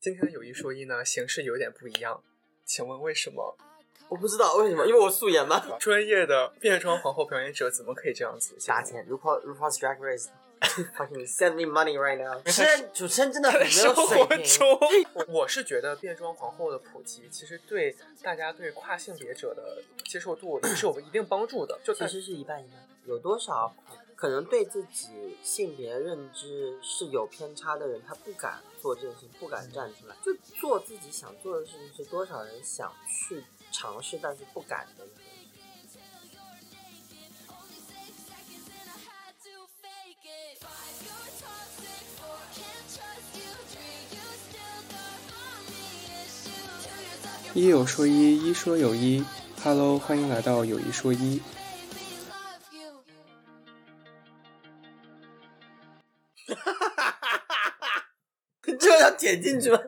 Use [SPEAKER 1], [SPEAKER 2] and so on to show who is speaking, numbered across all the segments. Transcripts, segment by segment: [SPEAKER 1] 今天有一说一呢，形式有点不一样，请问为什么？
[SPEAKER 2] 我不知道为什么，因为我素颜 嘛。
[SPEAKER 1] 专业的变装皇后表演者怎么可以这样子？
[SPEAKER 2] 打钱，RuPaul RuPaul's Drag Race。Fucking send me money right now！现在主持人真的很没有
[SPEAKER 1] 生
[SPEAKER 2] 水
[SPEAKER 1] 活
[SPEAKER 2] 平。
[SPEAKER 1] 中，我是觉得变装皇后的普及，其实对大家对跨性别者的接受度也是有一定帮助的。就
[SPEAKER 2] 其实是一半一半，有多少可能对自己性别认知是有偏差的人，他不敢做这件事情，不敢站出来，就做自己想做的事情，是多少人想去尝试但是不敢的一件事情。
[SPEAKER 1] 一有说一，一说有一，Hello，欢迎来到有一说一。
[SPEAKER 2] 这个要剪进去吗？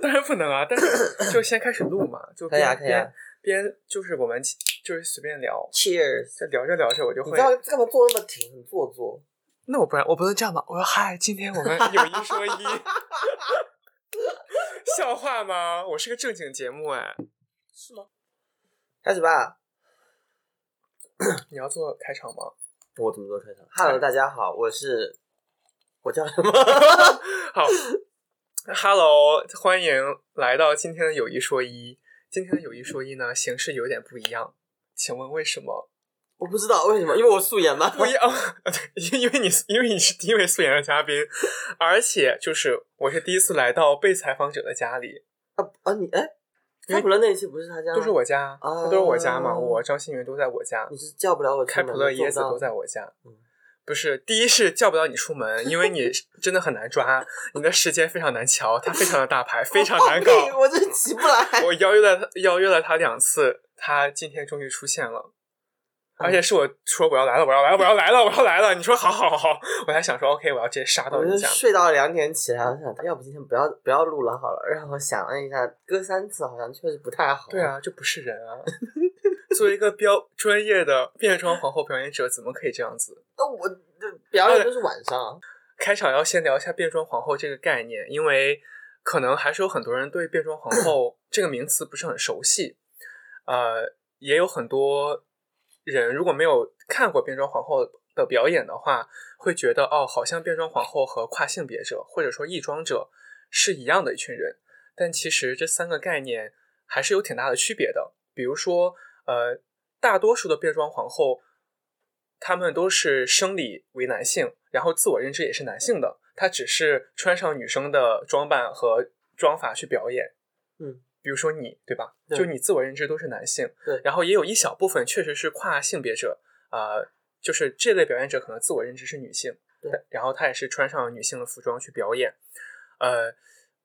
[SPEAKER 1] 当然不能啊，但是就先开始录嘛，就
[SPEAKER 2] 可以啊
[SPEAKER 1] 边
[SPEAKER 2] 可以啊
[SPEAKER 1] 边边就是我们就是随便聊，
[SPEAKER 2] Cheers！
[SPEAKER 1] 这聊着聊着我就
[SPEAKER 2] 你
[SPEAKER 1] 会
[SPEAKER 2] 知。道干嘛坐那么挺，很做作？
[SPEAKER 1] 那我不然我不能这样吧？我说嗨，今天我们 有一说一，笑话吗？我是个正经节目哎，
[SPEAKER 2] 是吗？开始吧。
[SPEAKER 1] 你要做开场吗？
[SPEAKER 2] 我怎么做开场？Hello，大家好，我是我叫什么？
[SPEAKER 1] 好，Hello，欢迎来到今天的有一说一。今天的有一说一呢，形式有点不一样，请问为什么
[SPEAKER 2] 我不知道为什么，因为我素颜嘛。
[SPEAKER 1] 不一样？啊对，因为你因为你是第一位素颜的嘉宾，而且就是我是第一次来到被采访者的家里，
[SPEAKER 2] 啊啊，你哎，
[SPEAKER 1] 因为
[SPEAKER 2] 开普勒那一期不是他家吗？
[SPEAKER 1] 都是我家，
[SPEAKER 2] 啊
[SPEAKER 1] 都是我家嘛，我张馨予都在我家
[SPEAKER 2] 你，是叫不了我出
[SPEAKER 1] 开
[SPEAKER 2] 门
[SPEAKER 1] 普勒椰子
[SPEAKER 2] 做不
[SPEAKER 1] 都
[SPEAKER 2] 到
[SPEAKER 1] 在我家
[SPEAKER 2] 嗯。
[SPEAKER 1] 不是，第一是叫不到你出门，因为 你真的很难抓，你的时间非常难瞧，它非常的大 牌，非常难搞。
[SPEAKER 2] 哦我真起不来。
[SPEAKER 1] 我邀约了他，邀约了他两次，他今天终于出现了，而
[SPEAKER 2] 嗯
[SPEAKER 1] 且是我说我要来了，我要来了，我要来了，我要来了。你说好好好好，我还想说 OK，我要直接杀到
[SPEAKER 2] 我
[SPEAKER 1] 你
[SPEAKER 2] 就
[SPEAKER 1] 家。
[SPEAKER 2] 睡到两点起来，我想，要不今天不要不要录了好了。然后想哎了一下，隔三次好像确实不太好。
[SPEAKER 1] 对，啊，这不是人啊！ 作为一个标专业的变装皇后表演者，怎么可以这样子？
[SPEAKER 2] 那我这表演都是晚上，
[SPEAKER 1] 开场要先聊一下变装皇后这个概念，因为可能还是有很多人对变装皇后这个名词不是很熟悉。呃，也有很多人如果没有看过变装皇后的表演的话，会觉得哦，好像变装皇后和跨性别者或者说异装者是一样的一群人，但其实这三个概念还是有挺大的区别的。比如说，呃，大多数的变装皇后，她们都是生理为男性，然后自我认知也是男性的，她只是穿上女生的装扮和妆法去表演。
[SPEAKER 2] 嗯，
[SPEAKER 1] 比如说你，对吧？
[SPEAKER 2] 对
[SPEAKER 1] 就你自我认知都是男性，
[SPEAKER 2] 对
[SPEAKER 1] 然后也有一小部分确实是跨性别者，呃，就是这类表演者可能自我认知是女性，
[SPEAKER 2] 对
[SPEAKER 1] 但，然后她也是穿上女性的服装去表演，呃，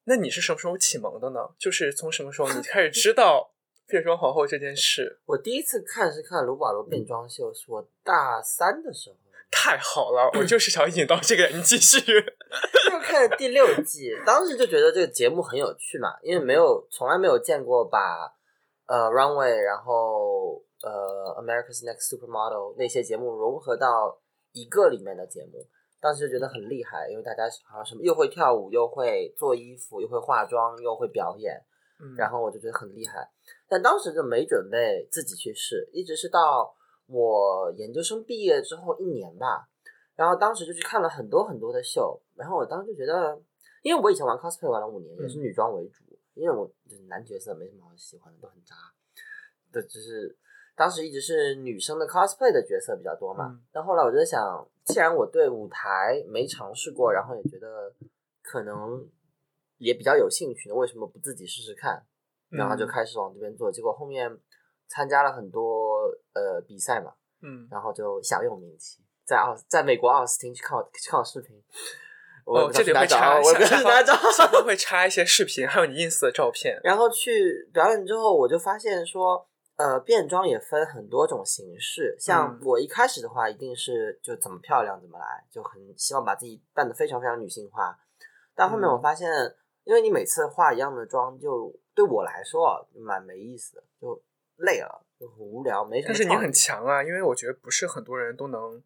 [SPEAKER 1] 那你是什么时候启蒙的呢？就是从什么时候你开始知道变装皇后这件事？
[SPEAKER 2] 我第一次看是看卢瓦罗
[SPEAKER 1] 嗯
[SPEAKER 2] 变装秀，是我大三的时候，
[SPEAKER 1] 太好了，我就是想引到这个，你继续。
[SPEAKER 2] 就看了第六季，当时就觉得这个节目很有趣嘛，因为没有从来没有见过把呃 Runway，然后呃 America's Next Supermodel 那些节目融合到一个里面的节目，当时就觉得很厉害，因为大家好像什么又会跳舞，又会做衣服，又会化妆，又会表演，
[SPEAKER 1] 嗯
[SPEAKER 2] 然后我就觉得很厉害，但当时就没准备自己去试，一直是到我研究生毕业之后一年吧，然后当时就去看了很多很多的秀，然后我当时就觉得，因为我以前玩 cosplay 玩了五年，也
[SPEAKER 1] 嗯
[SPEAKER 2] 是女装为主，因为我就是男角色没什么好喜欢的，都很渣，对，就是当时一直是女生的 cosplay 的角色比较多嘛，
[SPEAKER 1] 嗯
[SPEAKER 2] 但后来我就在想，既然我对舞台没尝试过，然后也觉得可能也比较有兴趣呢，为什么不自己试试看？
[SPEAKER 1] 嗯
[SPEAKER 2] 然后就开始往这边做，结果后面参加了很多呃比赛嘛，
[SPEAKER 1] 嗯，
[SPEAKER 2] 然后就小有名气，在奥在美国奥斯汀去看我去看我视频，我也
[SPEAKER 1] 哦
[SPEAKER 2] 不，知
[SPEAKER 1] 这
[SPEAKER 2] 道
[SPEAKER 1] 里
[SPEAKER 2] 去
[SPEAKER 1] 会插，
[SPEAKER 2] 哪啊找，我也不知道
[SPEAKER 1] 下
[SPEAKER 2] 去哪找。
[SPEAKER 1] 下 方会插一些视频，还有你 ins 的照片。
[SPEAKER 2] 然后去表演之后，我就发现说，呃，变装也分很多种形式。像
[SPEAKER 1] 嗯
[SPEAKER 2] 我一开始的话，一定是就怎么漂亮怎么来，就很希望把自己扮得非常非常女性化。但后面
[SPEAKER 1] 嗯
[SPEAKER 2] 我发现，因为你每次化一样的妆，就对我来说啊蛮没意思的，就累了，就很无聊，没什么
[SPEAKER 1] 但
[SPEAKER 2] 创
[SPEAKER 1] 是
[SPEAKER 2] 意。
[SPEAKER 1] 你很强啊，因为我觉得不是很多人都能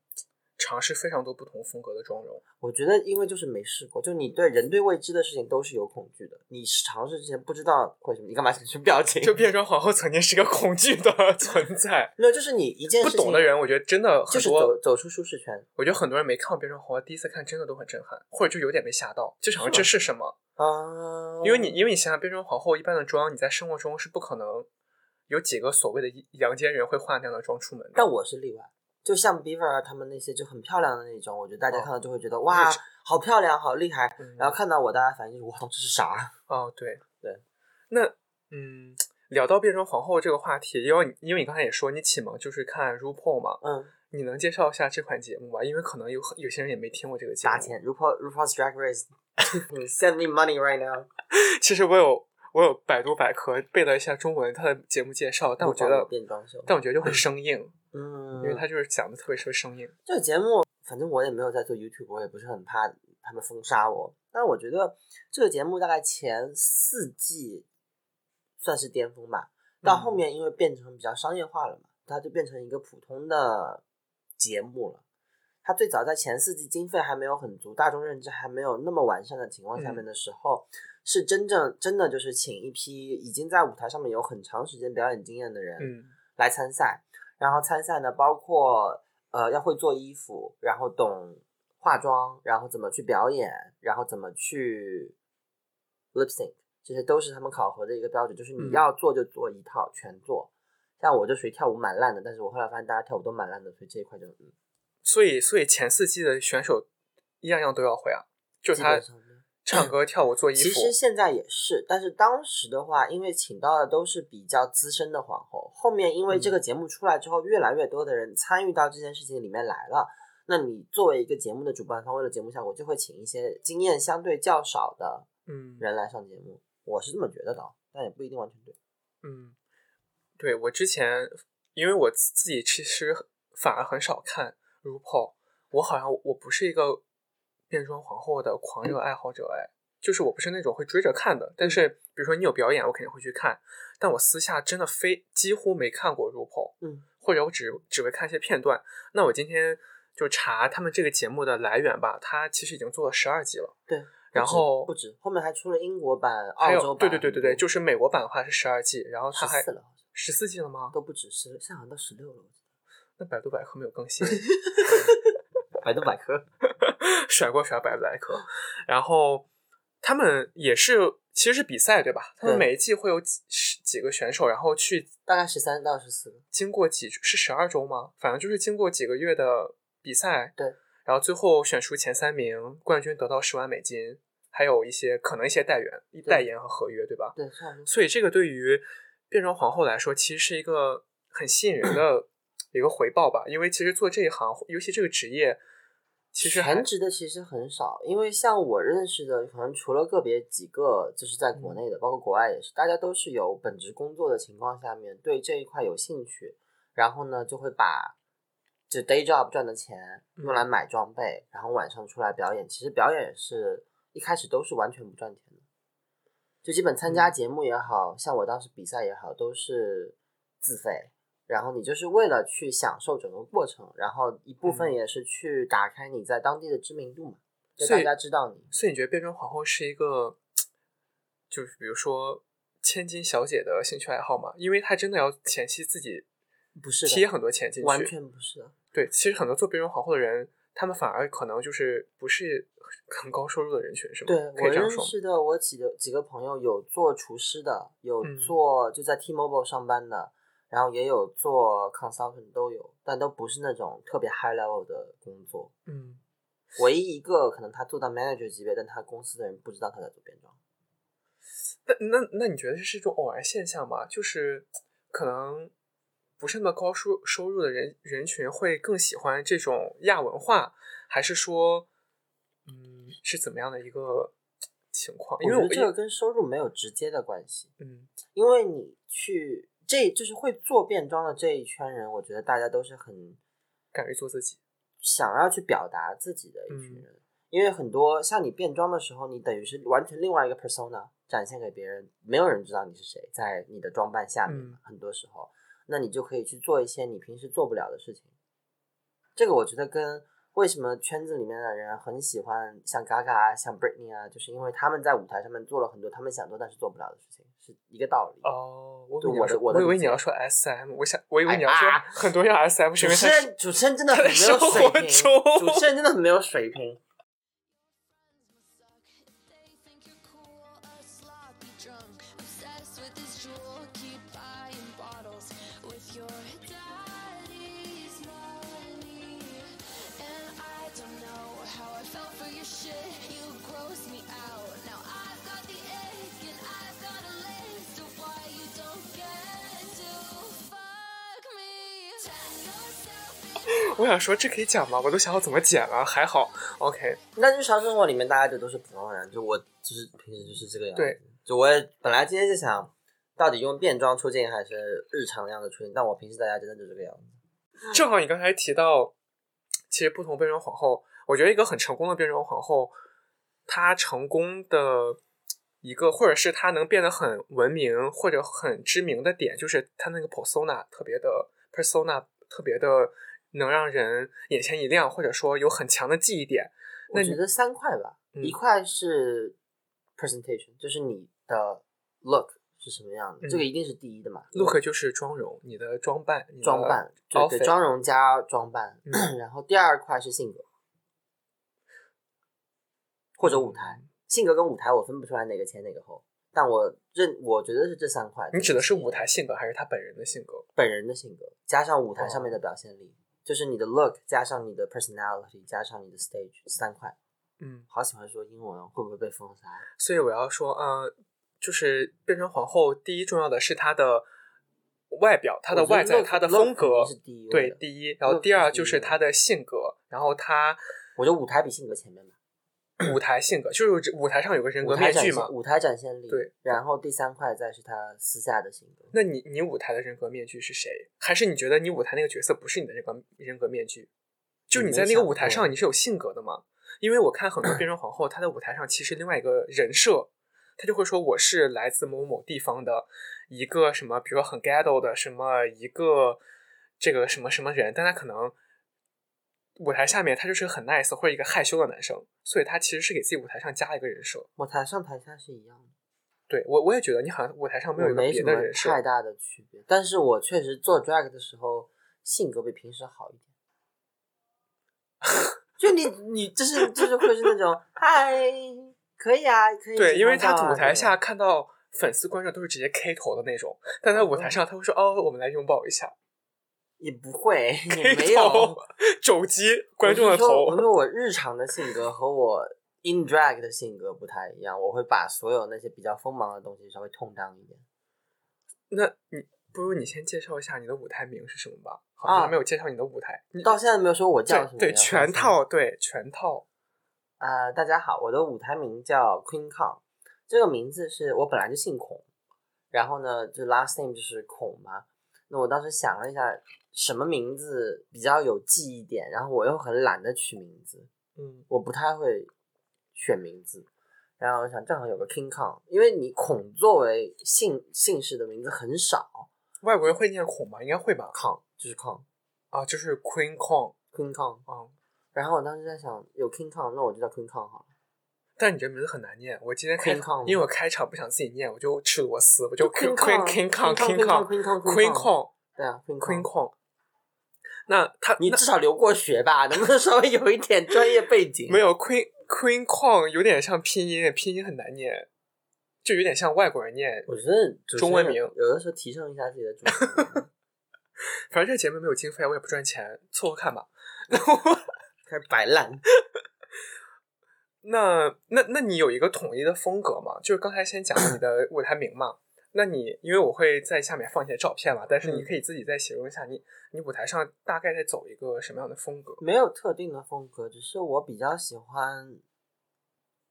[SPEAKER 1] 尝试非常多不同风格的妆容。
[SPEAKER 2] 我觉得，因为就是没试过，就你对人对未知的事情都是有恐惧的。你尝试之前不知道会什么，你干嘛显出 表情？
[SPEAKER 1] 就变装皇后曾经是个恐惧的 存在，
[SPEAKER 2] 没有，就是你一件
[SPEAKER 1] 不
[SPEAKER 2] 事情
[SPEAKER 1] 懂的人，我觉得真的
[SPEAKER 2] 就
[SPEAKER 1] 很
[SPEAKER 2] 是
[SPEAKER 1] 多。
[SPEAKER 2] 走走出舒适圈
[SPEAKER 1] 我觉得很多人没看过变装皇后，第一次看真的都很震撼，或者就有点被吓到，就想说
[SPEAKER 2] 是吗
[SPEAKER 1] 这是什么？
[SPEAKER 2] 啊，
[SPEAKER 1] 因为你因为你想想变装皇后一般的妆，你在生活中是不可能有几个所谓的一阳间人会化那样的妆出门的。
[SPEAKER 2] 但我是例外，就像 Beaver 啊他们那些就很漂亮的那种，我觉得大家
[SPEAKER 1] 哦
[SPEAKER 2] 看到就会觉得、哇，好漂亮，好厉害。
[SPEAKER 1] 嗯
[SPEAKER 2] 然后看到我，大家反应就是哇，这是 啥？
[SPEAKER 1] 哦，对
[SPEAKER 2] 对，
[SPEAKER 1] 那嗯，聊到变装皇后这个话题，因为你因为你刚才也说你启蒙就是看 RuPaul 嘛，
[SPEAKER 2] 嗯，
[SPEAKER 1] 你能介绍一下这款节目吗？因为可能有很有些人也没听过这个节目。
[SPEAKER 2] 砸钱，RuPaul RuPaul's Drag Race。Send me money right now。
[SPEAKER 1] 其实我有我有百度百科背了一下中文它的节目介绍，但我觉
[SPEAKER 2] RuPaul
[SPEAKER 1] 得
[SPEAKER 2] 变装秀，
[SPEAKER 1] 但我觉得就很生硬，
[SPEAKER 2] 嗯，
[SPEAKER 1] 因为它就是讲的特别特别生硬。
[SPEAKER 2] 这个节目，反正我也没有在做 YouTube，我也不是很怕他们封杀我。但我觉得这个节目大概前四季算是巅峰吧，到后面因为变成比较商业化了嘛，它就变成一个普通的节目了。它最早在前四季经费还没有很足，大众认知还没有那么完善的情况下面的时候，是真正真的就是请一批已经在舞台上面有很长时间表演经验的人，
[SPEAKER 1] 嗯
[SPEAKER 2] 来参赛，然后参赛呢包括呃要会做衣服，然后懂化妆，然后怎么去表演，然后怎么去 lip sync，这些都是他们考核的一个标准，就是你
[SPEAKER 1] 嗯
[SPEAKER 2] 要做就做一套全做。像我就属于跳舞蛮烂的，但是我后来发现大家跳舞都蛮烂的，所以这一块就嗯，
[SPEAKER 1] 所以所以前四季的选手样样都要会啊，就
[SPEAKER 2] 基
[SPEAKER 1] 他
[SPEAKER 2] 本上没有
[SPEAKER 1] 唱歌、跳舞、做衣
[SPEAKER 2] 其
[SPEAKER 1] 服。
[SPEAKER 2] 实现在也是，但是当时的话，因为请到的都是比较资深的皇后，后面因为
[SPEAKER 1] 嗯
[SPEAKER 2] 这个节目出来之后，越来越多的人参与到这件事情里面来了。那你作为一个节目的主办方，为了节目效果，就会请一些经验相对较少的
[SPEAKER 1] 嗯
[SPEAKER 2] 人来上节目，我是这么觉得的啊，但也不一定完全对。
[SPEAKER 1] 嗯，对我之前因为我自自己其实反而很少看 RuPaul，我好像我不是一个变装皇后的狂热爱好者哎。就是我不是那种会追着看的，但是比如说你有表演，我肯定会去看，但我私下真的非几乎没看过 RuPaul，
[SPEAKER 2] 嗯，
[SPEAKER 1] 或者我只只会看一些片段。那我今天就查他们这个节目的来源吧，它其实已经做了十二集了，
[SPEAKER 2] 对。
[SPEAKER 1] 然后
[SPEAKER 2] 不止不止，后面还出了英国版、
[SPEAKER 1] 还
[SPEAKER 2] 澳洲
[SPEAKER 1] 有
[SPEAKER 2] 版，嗯
[SPEAKER 1] 对对对对对，就是美国版的话是十二季，然后它
[SPEAKER 2] 十
[SPEAKER 1] 还
[SPEAKER 2] 四了，好像
[SPEAKER 1] 十四季了吗？
[SPEAKER 2] 都不止十，现在好像到十六了，我记
[SPEAKER 1] 那百度百科没有更新，
[SPEAKER 2] 得。百度百科，
[SPEAKER 1] 甩锅甩百度百科。然后他们也是，其实是比赛对吧？他们
[SPEAKER 2] 对
[SPEAKER 1] 每一季会有几十几个选手，然后去
[SPEAKER 2] 大概十三到十四个。
[SPEAKER 1] 经过几是十二周吗？反正就是经过几个月的比赛，
[SPEAKER 2] 对。
[SPEAKER 1] 然后最后选出前三名，冠军得到十万美金，还有一些可能一些代言、代言和合约，对吧？
[SPEAKER 2] 对，差不多。
[SPEAKER 1] 所以这个对于变装皇后来说，其实是一个很吸引人 的一个回报吧。因为其实做这一行，尤其这个职业，其实还
[SPEAKER 2] 全职的其实很少，因为像我认识的，可能除了个别几个，就是在国内的，包括国外也是，大家都是有本职工作的情况下面，对这一块有兴趣，然后呢就会把就 day job 赚的钱
[SPEAKER 1] 嗯
[SPEAKER 2] 用来买装备，然后晚上出来表演。其实表演也是一开始都是完全不赚钱的，就基本参加
[SPEAKER 1] 嗯
[SPEAKER 2] 节目也好、像我当时比赛也好，都是自费。然后你就是为了去享受整个过程，然后一部分
[SPEAKER 1] 嗯
[SPEAKER 2] 也是去打开你在当地的知名度嘛，就
[SPEAKER 1] 所
[SPEAKER 2] 大
[SPEAKER 1] 以
[SPEAKER 2] 家知道你。
[SPEAKER 1] 所以你觉得变装皇后是一个，就是比如说千金小姐的兴趣爱好吗？因为她真的要前期自己
[SPEAKER 2] 不是的
[SPEAKER 1] 贴很多钱进去，
[SPEAKER 2] 完全不是的，
[SPEAKER 1] 对。其实很多做变装皇后的人，他们反而可能就是不是很高收入的人群，是吗？
[SPEAKER 2] 对
[SPEAKER 1] 可
[SPEAKER 2] 我
[SPEAKER 1] 以这样
[SPEAKER 2] 认
[SPEAKER 1] 说吗。
[SPEAKER 2] 识的，我几个几个朋友有做厨师的，有
[SPEAKER 1] 嗯
[SPEAKER 2] 做就在 T-Mobile 上班的，然后也有做 consultant 都有，但都不是那种特别 high level 的工作。
[SPEAKER 1] 嗯，
[SPEAKER 2] 唯一一个可能他做到 manager 级别，但他公司的人不知道他在做变装。
[SPEAKER 1] 那那那你觉得这是一种偶然现象吗？就是可能不是那么高收收入的人人群会更喜欢这种亚文化，还是说，嗯，是怎么样的一个情况？因为
[SPEAKER 2] 我
[SPEAKER 1] 我
[SPEAKER 2] 觉得这个跟收入没有直接的关系。
[SPEAKER 1] 嗯
[SPEAKER 2] 因为你去这就是会做变装的这一圈人，我觉得大家都是很
[SPEAKER 1] 敢于做自己，
[SPEAKER 2] 想要去表达自己的一群
[SPEAKER 1] 嗯
[SPEAKER 2] 人，因为很多像你变装的时候，你等于是完全另外一个 persona 展现给别人，没有人知道你是谁，在你的装扮下面
[SPEAKER 1] 嗯
[SPEAKER 2] 嘛，很多时候，那你就可以去做一些你平时做不了的事情。这个我觉得跟为什么圈子里面的人很喜欢像 Gaga 啊、像 Britney 啊，就是因为他们在舞台上面做了很多他们想做但是做不了的事情，是一个道理。
[SPEAKER 1] 哦，我以
[SPEAKER 2] 对
[SPEAKER 1] 为你要
[SPEAKER 2] 我的
[SPEAKER 1] 说
[SPEAKER 2] 我
[SPEAKER 1] 我
[SPEAKER 2] 的
[SPEAKER 1] 以为
[SPEAKER 2] 理
[SPEAKER 1] 你
[SPEAKER 2] 解
[SPEAKER 1] 要说 S M，我想我以为
[SPEAKER 2] 哎
[SPEAKER 1] 你要说
[SPEAKER 2] 啊
[SPEAKER 1] 很多人 S M 是
[SPEAKER 2] 主
[SPEAKER 1] 因为
[SPEAKER 2] 持
[SPEAKER 1] 他
[SPEAKER 2] 人主持人真的
[SPEAKER 1] 他
[SPEAKER 2] 很
[SPEAKER 1] 在
[SPEAKER 2] 没
[SPEAKER 1] 生
[SPEAKER 2] 有
[SPEAKER 1] 活
[SPEAKER 2] 水平，
[SPEAKER 1] 中
[SPEAKER 2] 主持人真的很没有水平。
[SPEAKER 3] They think you're cool, a sloppy drunk, obsessed with this jewel. Keep buying bottles with your daddy's money. And I don't know how I fell for your shit. You grossed me out. Now I've got the ache and I've got a list of why you don't get to fuck me. Tell yourself it's
[SPEAKER 1] 我想说这可以讲吗？我都想好怎么剪了，还好 OK。
[SPEAKER 2] 那日常生活里面，大家就都是普通人，就我就是平时就是这个样子。
[SPEAKER 1] 对，
[SPEAKER 2] 就我也本来今天是想到底用便装出镜还是日常的样子出镜，但我平时在家真的就这个样子。
[SPEAKER 1] 正好你刚才提到，其实不同变装皇后，我觉得一个很成功的变装皇后，她成功的一个，或者是她能变得很文明或者很知名的点，就是她那个 persona 特别的 persona 特别的能让人眼前一亮，或者说有很强的记忆点。那
[SPEAKER 2] 我
[SPEAKER 1] 你
[SPEAKER 2] 觉得三块吧，
[SPEAKER 1] 嗯
[SPEAKER 2] 一块是 presentation，就是你的 look 是什么样
[SPEAKER 1] 嗯
[SPEAKER 2] 的，这个一定是第一的嘛。
[SPEAKER 1] look 就是妆容，你的装扮，你的
[SPEAKER 2] 装扮，对对，
[SPEAKER 1] outfit
[SPEAKER 2] 妆容加装扮。
[SPEAKER 1] 嗯
[SPEAKER 2] 然后第二块是性格，或者舞台。
[SPEAKER 1] 嗯
[SPEAKER 2] 性格跟舞台我分不出来哪个前哪个后，但我认我觉得是这三块。
[SPEAKER 1] 你指的是舞台性格还是她本人的性格？
[SPEAKER 2] 本人的性格，加上舞台上面
[SPEAKER 1] 哦
[SPEAKER 2] 的表现力，就是你的 look 加上你的 personality 加上你的 stage 三块。
[SPEAKER 1] 嗯，
[SPEAKER 2] 好喜欢说英文哦，会不会被封杀？
[SPEAKER 1] 所以我要说，呃，就是变成皇后，第一重要的是她的外表，她的
[SPEAKER 2] 我觉得
[SPEAKER 1] 外在，
[SPEAKER 2] look-
[SPEAKER 1] 她的
[SPEAKER 2] look
[SPEAKER 1] 风
[SPEAKER 2] 肯
[SPEAKER 1] 格
[SPEAKER 2] 定是第一位
[SPEAKER 1] 对
[SPEAKER 2] 的
[SPEAKER 1] 第一，然后
[SPEAKER 2] look
[SPEAKER 1] 第二
[SPEAKER 2] 是第一
[SPEAKER 1] 就是
[SPEAKER 2] 位
[SPEAKER 1] 她的性格，然后她
[SPEAKER 2] 我觉得舞台比性格前面吧，
[SPEAKER 1] 舞台性格，就是舞台上有个人格
[SPEAKER 2] 舞台
[SPEAKER 1] 面
[SPEAKER 2] 展
[SPEAKER 1] 具
[SPEAKER 2] 现
[SPEAKER 1] 嘛。
[SPEAKER 2] 舞台展现力，
[SPEAKER 1] 对。
[SPEAKER 2] 然后第三块再是他私下的性格，
[SPEAKER 1] 那你你舞台的人格面具是谁？还是你觉得你舞台那个角色不是你的人格人格面具？就你
[SPEAKER 2] 没
[SPEAKER 1] 在那个
[SPEAKER 2] 想
[SPEAKER 1] 舞台
[SPEAKER 2] 过
[SPEAKER 1] 上你是有性格的吗？因为我看很多变装皇后，她在舞台上其实另外一个人设，她就会说我是来自某某某地方的一个什么，比如说很 ghetto 的什么一个这个什么什么人，但她可能舞台下面她就是很 nice 或者一个害羞的男生，所以她其实是给自己舞台上加了一个人设。
[SPEAKER 2] 我台上台下是一样的。
[SPEAKER 1] 对我我也觉得你好像舞台上没
[SPEAKER 2] 我
[SPEAKER 1] 有一个
[SPEAKER 2] 没
[SPEAKER 1] 别
[SPEAKER 2] 什
[SPEAKER 1] 的
[SPEAKER 2] 么
[SPEAKER 1] 人设，
[SPEAKER 2] 太大的区别，但是我确实做 drag 的时候性格比平时好一点。 就你你就是就是会是那种嗨，可以啊，可以
[SPEAKER 1] 对，因为
[SPEAKER 2] 他
[SPEAKER 1] 他舞台下看到粉丝观众都是直接 K 头的那种，但在
[SPEAKER 2] 嗯
[SPEAKER 1] 舞台上他会说：“哦，我们来拥抱一下。
[SPEAKER 2] 也不会
[SPEAKER 1] ”K
[SPEAKER 2] 也没有
[SPEAKER 1] 头，肘击观众
[SPEAKER 2] 我
[SPEAKER 1] 的
[SPEAKER 2] 是说
[SPEAKER 1] 头
[SPEAKER 2] 我。说我日常的性格和我 in drag 的性格不太一样，我会把所有那些比较锋芒的东西稍微痛当一点。
[SPEAKER 1] 那你不如你先介绍一下你的舞台名是什么吧？好像
[SPEAKER 2] 啊
[SPEAKER 1] 还没有介绍你的舞台。你
[SPEAKER 2] 到现在没有说我叫
[SPEAKER 1] 嗯
[SPEAKER 2] 什
[SPEAKER 1] 对
[SPEAKER 2] 么
[SPEAKER 1] 对
[SPEAKER 2] 呀
[SPEAKER 1] 全套对全套
[SPEAKER 2] 啊，大家好，我的舞台名叫 Queen Kong，这个名字是我本来就姓孔，然后呢，就 last name 就是孔嘛。那我当时想了一下，什么名字比较有记忆点，然后我又很懒得取名字，
[SPEAKER 1] 嗯
[SPEAKER 2] 我不太会选名字。然后我想，正好有个 King Kong，因为你孔作为姓姓氏的名字很少
[SPEAKER 1] 外国人会念孔吗？应该会吧。
[SPEAKER 2] ，Kong 就是 Kong，Queen
[SPEAKER 1] 啊，就是 Queen Kong
[SPEAKER 2] Kong。
[SPEAKER 1] 啊、嗯，
[SPEAKER 2] 然后我当时在想，有 King Kong，那我就叫 Queen Kong 好了。
[SPEAKER 1] 但你这名字很难念。我今天开
[SPEAKER 2] Queen Kong
[SPEAKER 1] 因为我开场不想自己念，我就吃螺丝，我就
[SPEAKER 2] Queen
[SPEAKER 1] Queen King Kong
[SPEAKER 2] Kong，Queen
[SPEAKER 1] King Kong
[SPEAKER 2] Kong，Queen Kong，Queen
[SPEAKER 1] Queen
[SPEAKER 2] Kong
[SPEAKER 1] Kong
[SPEAKER 2] 对啊，Queen
[SPEAKER 1] Queen
[SPEAKER 2] Kong。
[SPEAKER 1] Kong。那他
[SPEAKER 2] 你
[SPEAKER 1] 那
[SPEAKER 2] 至少留过学吧，能不能稍微有一点专业背景？
[SPEAKER 1] 没，有 Queen Queen Kong 有点像拼音，拼音很难念，就有点像外国人念。
[SPEAKER 2] 我觉得主持人
[SPEAKER 1] 中文名
[SPEAKER 2] 有的时候提升一下自己的主持 人
[SPEAKER 1] 反正这节目没有经费，我也不赚钱，凑合看吧。
[SPEAKER 2] 开始摆烂。
[SPEAKER 1] 那那那你有一个统一的风格吗？就是刚才先讲了你 的舞台名嘛。那你因为我会在下面放一些照片嘛，但是你
[SPEAKER 2] 嗯
[SPEAKER 1] 可以自己再形容一下你你舞台上大概在走一个什么样的风格？
[SPEAKER 2] 没有特定的风格，只是我比较喜欢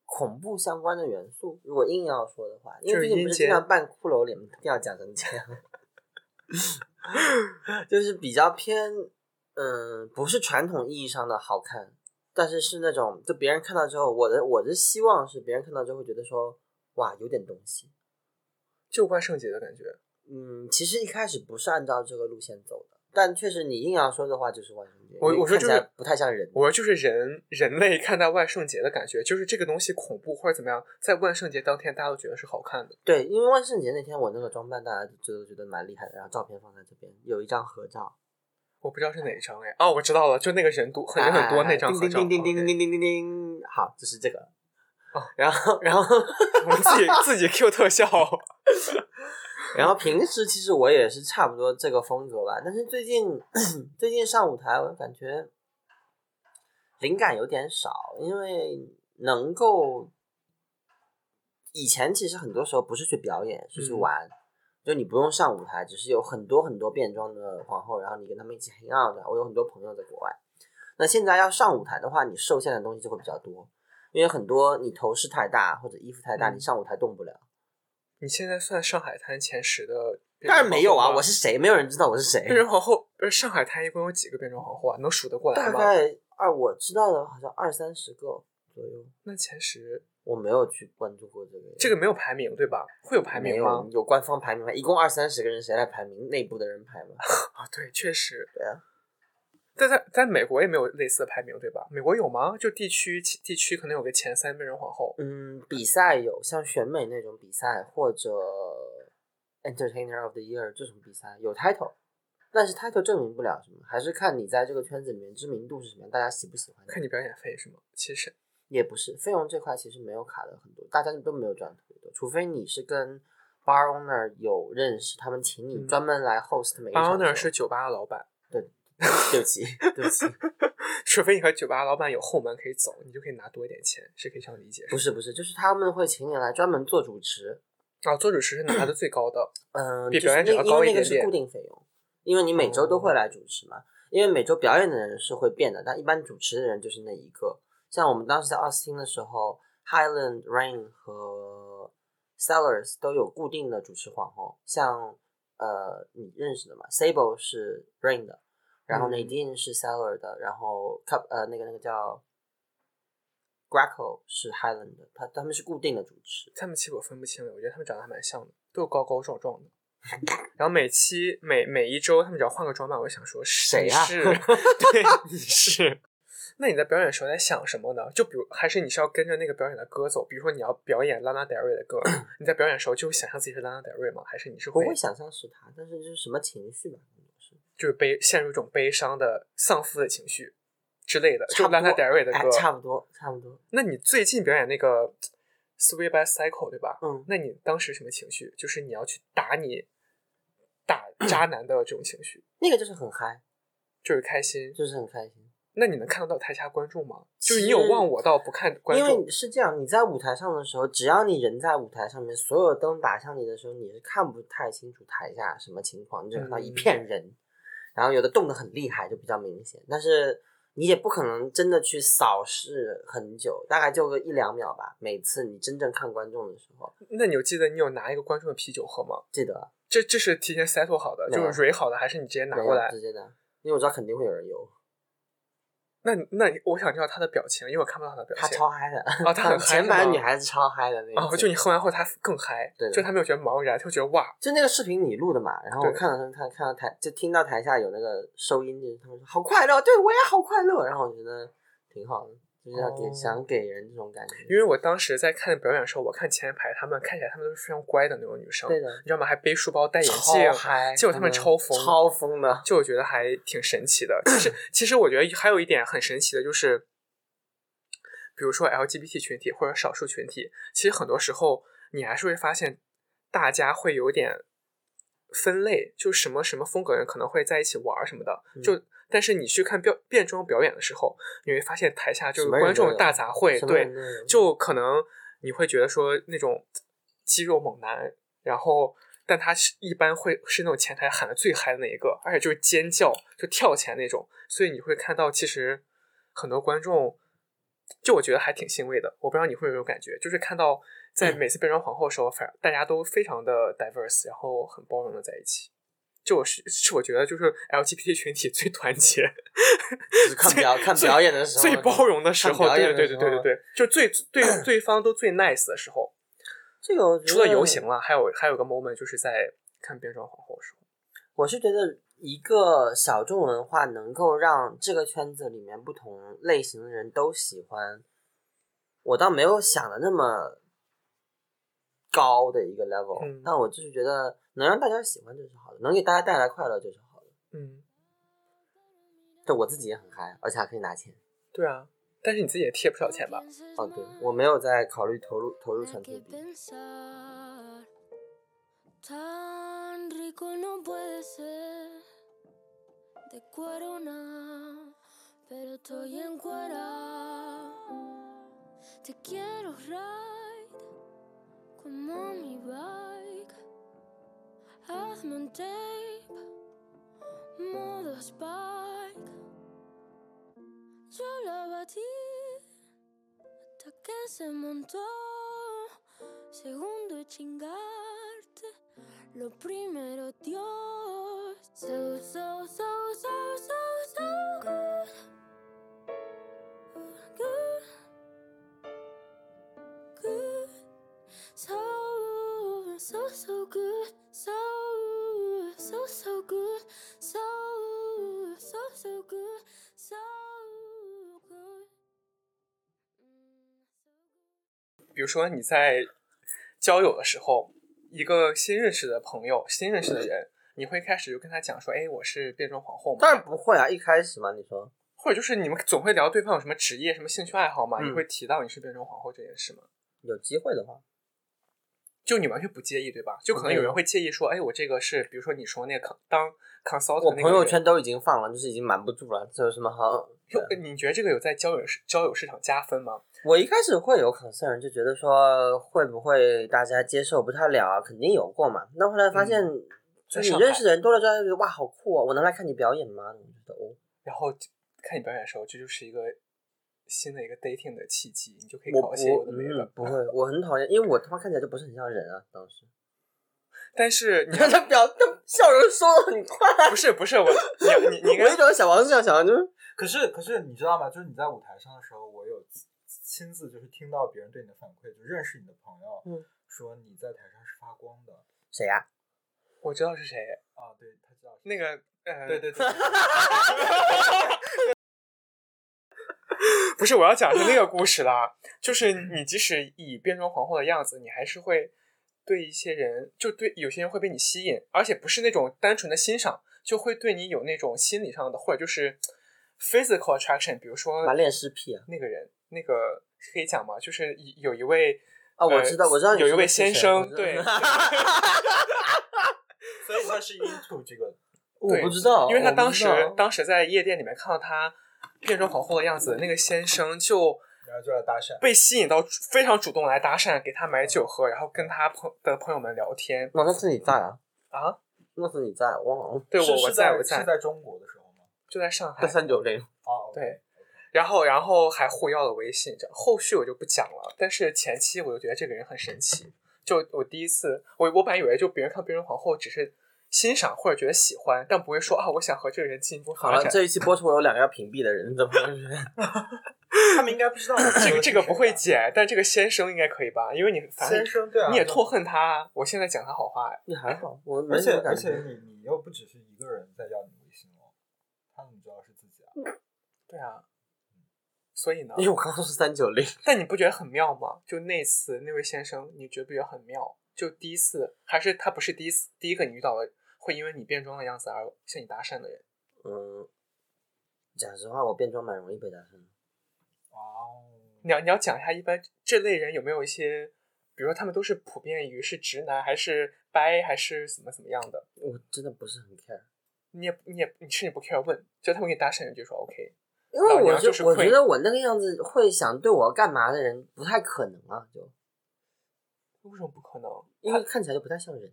[SPEAKER 2] 恐怖相关的元素。如果硬要说的话，因
[SPEAKER 1] 就
[SPEAKER 2] 为
[SPEAKER 1] 是
[SPEAKER 2] 最近不
[SPEAKER 1] 阴
[SPEAKER 2] 是
[SPEAKER 1] 间
[SPEAKER 2] 经常扮骷髅脸， 一定要讲成这样， 就是比较偏，嗯，不是传统意义上的好看，但是是那种就别人看到之后，我的我的希望是别人看到之后会觉得说，哇，有点东西。
[SPEAKER 1] 就万圣节的感觉。
[SPEAKER 2] 嗯，其实一开始不是按照这个路线走的，但确实你硬要说的话，就是万圣节。
[SPEAKER 1] 我
[SPEAKER 2] 因为
[SPEAKER 1] 我说
[SPEAKER 2] 看
[SPEAKER 1] 就
[SPEAKER 2] 起来
[SPEAKER 1] 是
[SPEAKER 2] 不太像人。
[SPEAKER 1] 我说就是人人类看待万圣节的感觉，就是这个东西恐怖或者怎么样，在万圣节当天大家都觉得是好看的。
[SPEAKER 2] 对，因为万圣节那天我那个装扮，大家就觉得蛮厉害的，然后照片放在这边，有一张合照，
[SPEAKER 1] 我不知道是哪一张哎，哦，我知道了，就那个人多很人很多那张合照。
[SPEAKER 2] 啊叮叮叮叮
[SPEAKER 1] OK
[SPEAKER 2] 叮叮叮叮叮，好，就是这个。
[SPEAKER 1] 哦
[SPEAKER 2] 然后，然后，
[SPEAKER 1] 我们自己自己 Q 特效。
[SPEAKER 2] 然后平时其实我也是差不多这个风格吧，但是最近最近上舞台，我感觉灵感有点少，因为能够以前其实很多时候不是去表演，是去
[SPEAKER 1] 嗯
[SPEAKER 2] 玩，就你不用上舞台，只是有很多很多变装的皇后，然后你跟他们一起 hang out 的。我有很多朋友在国外，那现在要上舞台的话，你受限的东西就会比较多，因为很多你头饰太大或者衣服太大，
[SPEAKER 1] 嗯
[SPEAKER 2] 你上舞台动不了。
[SPEAKER 1] 你现在算上海滩前十的？
[SPEAKER 2] 当然没有啊，我是谁？没有人知道我是谁。
[SPEAKER 1] 变装皇后，不是上海滩一共有几个变装皇后啊？能数得过来
[SPEAKER 2] 大
[SPEAKER 1] 吗？
[SPEAKER 2] 概二，我知道的好像二三十个左右。
[SPEAKER 1] 那前十
[SPEAKER 2] 我没有去关注过这个，
[SPEAKER 1] 这个没有排名对吧？会有排
[SPEAKER 2] 没
[SPEAKER 1] 名
[SPEAKER 2] 有嗯
[SPEAKER 1] 吗？
[SPEAKER 2] 有官方排名吗？一共二三十个人，谁来排名？内部的人排吗？
[SPEAKER 1] 啊，对，确实。
[SPEAKER 2] 对啊。
[SPEAKER 1] 但在在美国也没有类似的排名对吧？美国有吗？就地区地区可能有个前三变装皇后。
[SPEAKER 2] 嗯，比赛有像选美那种比赛，或者 Entertainer of the Year 这种比赛有 title，但是 title 证明不了什么，还是看你在这个圈子里面知名度是什么样，大家喜不喜欢
[SPEAKER 1] 看
[SPEAKER 2] 你。
[SPEAKER 1] 你表演费是吗？其实
[SPEAKER 2] 也不是，费用这块其实没有卡的很多，大家都没有赚特别多，除非你是跟 bar owner 有认识，他们请你
[SPEAKER 1] 嗯
[SPEAKER 2] 专门来 host 每一场
[SPEAKER 1] o
[SPEAKER 2] 秀。
[SPEAKER 1] n 是酒吧的老板，
[SPEAKER 2] 对不起，对不起，
[SPEAKER 1] 除非你和酒吧老板有后门可以走，你就可以拿多一点钱，是可以这样理解。
[SPEAKER 2] 不是不是，就是他们会请你来专门做主持，
[SPEAKER 1] 啊，做主持是拿的最高的，
[SPEAKER 2] 嗯，
[SPEAKER 1] 比
[SPEAKER 2] 就是
[SPEAKER 1] 表演者
[SPEAKER 2] 那
[SPEAKER 1] 要
[SPEAKER 2] 因
[SPEAKER 1] 高
[SPEAKER 2] 为
[SPEAKER 1] 一
[SPEAKER 2] 那个
[SPEAKER 1] 点
[SPEAKER 2] 是
[SPEAKER 1] 点哦
[SPEAKER 2] 固定费用，因为你每周都会来主持嘛。因为每周表演的人是会变的，但一般主持的人就是那一个。像我们当时在奥斯汀的时候，Highland Rain 和 Sellers 都有固定的主持皇后，像呃你认识的嘛，Sable 是 Rain 的，然后
[SPEAKER 1] 嗯
[SPEAKER 2] Nadine 是 Seller 的，然后 Cup 呃那个那个叫 Greco 是 Highland 的，他他们是固定的主持。
[SPEAKER 1] 他们其实我分不清了，我觉得他们长得还蛮像的，都高高壮壮的。 然后每期每每一周，他们只要换个装扮，我就想说
[SPEAKER 2] 谁啊
[SPEAKER 1] 是，对，你是。那你在表演的时候在想什么呢？就比如，还是你是要跟着那个表演的歌走？比如说你要表演 Lana Del Rey 的歌，你在表演的时候就会想象自己是 Lana Del Rey 吗？还是你是
[SPEAKER 2] 不
[SPEAKER 1] 会
[SPEAKER 2] 会想象是他，但是就是什么情绪吧，可能是
[SPEAKER 1] 就是悲陷入一种悲伤的丧夫的情绪之类的？就
[SPEAKER 2] 差不多
[SPEAKER 1] Lana Del Rey 的
[SPEAKER 2] 哎
[SPEAKER 1] 歌，，
[SPEAKER 2] 差不多，差不多。
[SPEAKER 1] 那你最近表演那个 Sweet by Cycle 对吧？
[SPEAKER 2] 嗯，
[SPEAKER 1] 那你当时什么情绪？就是你要去打你 打渣男的这种情绪，
[SPEAKER 2] 那个就是很嗨，
[SPEAKER 1] 就是开心。
[SPEAKER 2] 就是很开心。
[SPEAKER 1] 那你能看得到台下观众吗？就是
[SPEAKER 2] 其
[SPEAKER 1] 你有
[SPEAKER 2] 实
[SPEAKER 1] 忘我到不看观
[SPEAKER 2] 因
[SPEAKER 1] 众
[SPEAKER 2] 为是这样，你在舞台上的时候，只要你人在舞台上面，所有灯打向你的时候，你是看不太清楚台下什么情况，你只看到一
[SPEAKER 1] 嗯
[SPEAKER 2] 片人，然后有的动得很厉害，就比较明显。但是你也不可能真的去扫视很久，大概就个一两秒吧。每次你真正看观众的时候，
[SPEAKER 1] 那你有记得你有拿一个观众的啤酒喝吗？
[SPEAKER 2] 记得
[SPEAKER 1] 这这是提前 settle 好的，
[SPEAKER 2] 没有
[SPEAKER 1] 就是蕊好的，还是你直接拿
[SPEAKER 2] 没
[SPEAKER 1] 过
[SPEAKER 2] 有啊
[SPEAKER 1] 来
[SPEAKER 2] 直？接的，因为我知道肯定会有人有，
[SPEAKER 1] 那你那你我想知道他的表情，因为我看不到他的表
[SPEAKER 2] 他
[SPEAKER 1] 情。
[SPEAKER 2] 超嗨的，
[SPEAKER 1] 哦他很嗨
[SPEAKER 2] 前排
[SPEAKER 1] 是吗
[SPEAKER 2] 女孩子超嗨的那
[SPEAKER 1] 啊、
[SPEAKER 2] 个，
[SPEAKER 1] 就你喝完后他更嗨，
[SPEAKER 2] 对的
[SPEAKER 1] 就他没有觉得茫然，他就觉得哇，
[SPEAKER 2] 就那个视频你录的嘛，然后我
[SPEAKER 1] 对
[SPEAKER 2] 看到看看到台就听到台下有那个收音，就是他们说好快乐，对我也好快乐，然后我觉得挺好的，就是要给、
[SPEAKER 1] 哦
[SPEAKER 2] 想给人这种感觉，
[SPEAKER 1] 因为我当时在看表演的时候，我看前排他们看起来他们都是非常乖的那种女生，
[SPEAKER 2] 对的，
[SPEAKER 1] 你知道吗？还背书包、戴眼镜
[SPEAKER 2] 超，嗨，
[SPEAKER 1] 啊
[SPEAKER 2] 嗯
[SPEAKER 1] 结果他们超疯
[SPEAKER 2] 超疯的，
[SPEAKER 1] 就我觉得还挺神奇的。其实，其实我觉得还有一点很神奇的就是，比如说 LGBT 群体或者少数群体，其实很多时候你还是会发现，大家会有点分类，就什么什么风格人可能会在一起玩儿什么的，
[SPEAKER 2] 嗯
[SPEAKER 1] 就。但是你去看表变装表演的时候，你会发现台下就
[SPEAKER 2] 什
[SPEAKER 1] 是
[SPEAKER 2] 么人
[SPEAKER 1] 观
[SPEAKER 2] 都
[SPEAKER 1] 众
[SPEAKER 2] 有
[SPEAKER 1] 大杂烩，
[SPEAKER 2] 什么
[SPEAKER 1] 对
[SPEAKER 2] 人，都有
[SPEAKER 1] 就可能你会觉得说那种肌肉猛男，然后但他是一般会是那种前台喊的最嗨的那一个，而且就是尖叫就跳起来那种，所以你会看到其实很多观众，就我觉得还挺欣慰的。我不知道你会有没有感觉，就是看到在每次变装皇后的时候，反正大家都非常的 diverse，然后很包容的在一起。就我是是我觉得就是 LGBT 群体最团结，
[SPEAKER 2] 就是看表看表演的时候
[SPEAKER 1] 最包容的时
[SPEAKER 2] 看
[SPEAKER 1] 候，
[SPEAKER 2] 表演
[SPEAKER 1] 对
[SPEAKER 2] 的
[SPEAKER 1] 对
[SPEAKER 2] 嗯时
[SPEAKER 1] 对对
[SPEAKER 2] 候
[SPEAKER 1] 对对，就最对 对方都最 nice 的时候，
[SPEAKER 2] 这个我觉
[SPEAKER 1] 除了
[SPEAKER 2] 得
[SPEAKER 1] 游行了，还有还有个 moment 就是在看变装皇后的时候，
[SPEAKER 2] 我是觉得一个小众文化能够让这个圈子里面不同类型的人都喜欢，我倒没有想的那么高的一个 level，、
[SPEAKER 1] 嗯
[SPEAKER 2] 但我就是觉得能让大家喜欢就是好的，能给大家带来快乐就是好的。
[SPEAKER 1] 嗯，
[SPEAKER 2] 对我自己也很嗨，而且还可以拿钱。
[SPEAKER 1] 对啊，但是你自己也贴不少钱吧？
[SPEAKER 2] 哦，对，我没有在考虑投入投入传统
[SPEAKER 3] que
[SPEAKER 2] 币。
[SPEAKER 3] pensar. Tan rico no puede ser de cuerona, pero estoy en cuera. Te quiero ride como mi bike. Hazme un tape, modo spike. Yo la batí hasta que se montó. Segundo chingarte, lo primero Dios. So, so, so, so, so, so good. Good. Good. So, so, so good. So, so, so good. So, so, so good. So good.
[SPEAKER 1] 比如说你在交友的时候，一个新认识的朋友、新认识的人，你会开始就跟他讲说：“哎，我是变装皇后嘛。”
[SPEAKER 2] 当然不会啊，一开始嘛，你说
[SPEAKER 1] 或者就是你们总会聊对方有什么职业、什么兴趣爱好嘛？
[SPEAKER 2] 嗯
[SPEAKER 1] 你会提到你是变装皇后这件事吗？
[SPEAKER 2] 有机会的话，
[SPEAKER 1] 就你完全不介意对吧？就可能
[SPEAKER 2] 嗯
[SPEAKER 1] 有人会介意说，哎，我这个是，比如说你说那个 con- 当 consultant，
[SPEAKER 2] 我
[SPEAKER 1] 那个
[SPEAKER 2] 朋友
[SPEAKER 1] 人
[SPEAKER 2] 圈都已经放了，就是已经瞒不住了，这有什么好？对
[SPEAKER 1] 有，你觉得这个有在交友市交友市场加分吗？
[SPEAKER 2] 我一开始会有 concern，就觉得说会不会大家接受不太了啊，肯定有过嘛。那后来发现，
[SPEAKER 1] 嗯在
[SPEAKER 2] 就是
[SPEAKER 1] 上
[SPEAKER 2] 你
[SPEAKER 1] 海
[SPEAKER 2] 认识的人多了之后，就觉得哇，好酷哦！我能来看你表演吗？我觉得哦，
[SPEAKER 1] 然后看你表演的时候，这就是一个新的一个 dating 的契机，你就可以
[SPEAKER 2] 我
[SPEAKER 1] 搞一些有
[SPEAKER 2] 不，
[SPEAKER 1] 的没的
[SPEAKER 2] 嗯，。不会，我很讨厌，因为我他妈看起来就不是很像人啊，当 时。
[SPEAKER 1] 但是你
[SPEAKER 2] 你看他表，他笑容缩的很快。
[SPEAKER 1] 不是不是我，你你你应
[SPEAKER 2] 我
[SPEAKER 1] 该
[SPEAKER 2] 一种小王是想小王就是，
[SPEAKER 4] 可是可是你知道吗？就是你在舞台上的时候，我有亲亲自就是听到别人对你的反馈，就认识你的朋友、
[SPEAKER 2] 嗯
[SPEAKER 4] 说你在台上是发光的
[SPEAKER 2] 谁呀、
[SPEAKER 1] 我知道是谁，
[SPEAKER 4] 啊，对他知道是
[SPEAKER 1] 那个呃，
[SPEAKER 4] 对 对对，
[SPEAKER 1] 不是，我要讲的是那个故事啦。就是你即使以变装皇后的样子，你还是会对一些人，就对有些人会被你吸引，而且不是那种单纯的欣赏，就会对你有那种心理上的，或者就是 physical attraction。比如说
[SPEAKER 2] 满脸是屁啊！
[SPEAKER 1] 那个人，那个可以讲吗？就是一有一位
[SPEAKER 2] 啊，我
[SPEAKER 1] 呃
[SPEAKER 2] 知道，我知道你
[SPEAKER 1] 有一
[SPEAKER 2] 说的
[SPEAKER 1] 位
[SPEAKER 2] 是
[SPEAKER 1] 先
[SPEAKER 2] 谁
[SPEAKER 1] 生
[SPEAKER 2] 我知道
[SPEAKER 1] 对
[SPEAKER 4] 所以他是 into 这个，
[SPEAKER 2] 我
[SPEAKER 1] 对
[SPEAKER 2] 不知道，
[SPEAKER 1] 因为他
[SPEAKER 2] 哦我不
[SPEAKER 1] 当
[SPEAKER 2] 知
[SPEAKER 1] 时
[SPEAKER 2] 道
[SPEAKER 1] 当时在夜店里面看到他变装皇后的样子，那个先生就
[SPEAKER 4] 然后就来搭讪。
[SPEAKER 1] 被吸引到，非常主动来搭讪，给他买酒喝，然后跟他朋的朋友们聊天
[SPEAKER 2] 哇，那是你在啊，
[SPEAKER 1] 啊。
[SPEAKER 2] 那是你在，我好像
[SPEAKER 1] 对，
[SPEAKER 4] 是
[SPEAKER 1] 我我
[SPEAKER 4] 是在
[SPEAKER 1] 我
[SPEAKER 4] 是在中国的时候吗？
[SPEAKER 1] 就在上海
[SPEAKER 2] 在。三九零。
[SPEAKER 4] 啊，OK，
[SPEAKER 1] 对，然后然后还互要了微信，这样后续我就不讲了。但是前期我就觉得这个人很神奇，就我第一次，我我本来以为就别人看别人皇后只是欣赏或者觉得喜欢，但不会说啊，我想和这个人进一步
[SPEAKER 2] 好
[SPEAKER 1] 发
[SPEAKER 2] 了，
[SPEAKER 1] 展。
[SPEAKER 2] 这一期播出我有两个要屏蔽的人，你怎么回事？
[SPEAKER 4] 他们应该不知道我们
[SPEAKER 1] 这个
[SPEAKER 4] 是
[SPEAKER 1] 这个
[SPEAKER 4] 谁
[SPEAKER 1] 不会
[SPEAKER 4] 吧。
[SPEAKER 1] 剪，但这个先生应该可以吧？因为你反正
[SPEAKER 4] 先生对啊，
[SPEAKER 1] 你也痛恨他，我现在讲他好话，
[SPEAKER 2] 你还好，我没
[SPEAKER 4] 而且
[SPEAKER 2] 什么
[SPEAKER 4] 而
[SPEAKER 2] 感
[SPEAKER 4] 且
[SPEAKER 2] 觉。
[SPEAKER 4] 你你又不只是一个人在要你微信哦，他怎么知道是自己啊？
[SPEAKER 1] 对啊。所以呢？
[SPEAKER 2] 因为我刚刚是三九零，
[SPEAKER 1] 但你不觉得很妙吗？就那次那位先生，你觉得不觉得很妙？就第一次，还是他不是第一次第一个你遇到的会因为你变装的样子而向你搭讪的人？
[SPEAKER 2] 嗯，讲实话，我变装蛮容易被搭讪的。
[SPEAKER 4] 哇哦，
[SPEAKER 1] 你要你要讲一下，一般这类人有没有一些，比如说他们都是普遍于是直男还是掰还是怎么怎么样的？
[SPEAKER 2] 我真的不是很 care，
[SPEAKER 1] 你也你也你甚至不 care 问，就他们给你搭讪，你就说 OK。
[SPEAKER 2] 因
[SPEAKER 1] 老
[SPEAKER 2] 为我
[SPEAKER 1] 娘
[SPEAKER 2] 就
[SPEAKER 1] 就是
[SPEAKER 2] 我
[SPEAKER 1] 会
[SPEAKER 2] 觉得我那个样子会想对我干嘛的人不太可能啊，就
[SPEAKER 1] 为什么不可能？
[SPEAKER 2] 因为看起来就不太像人，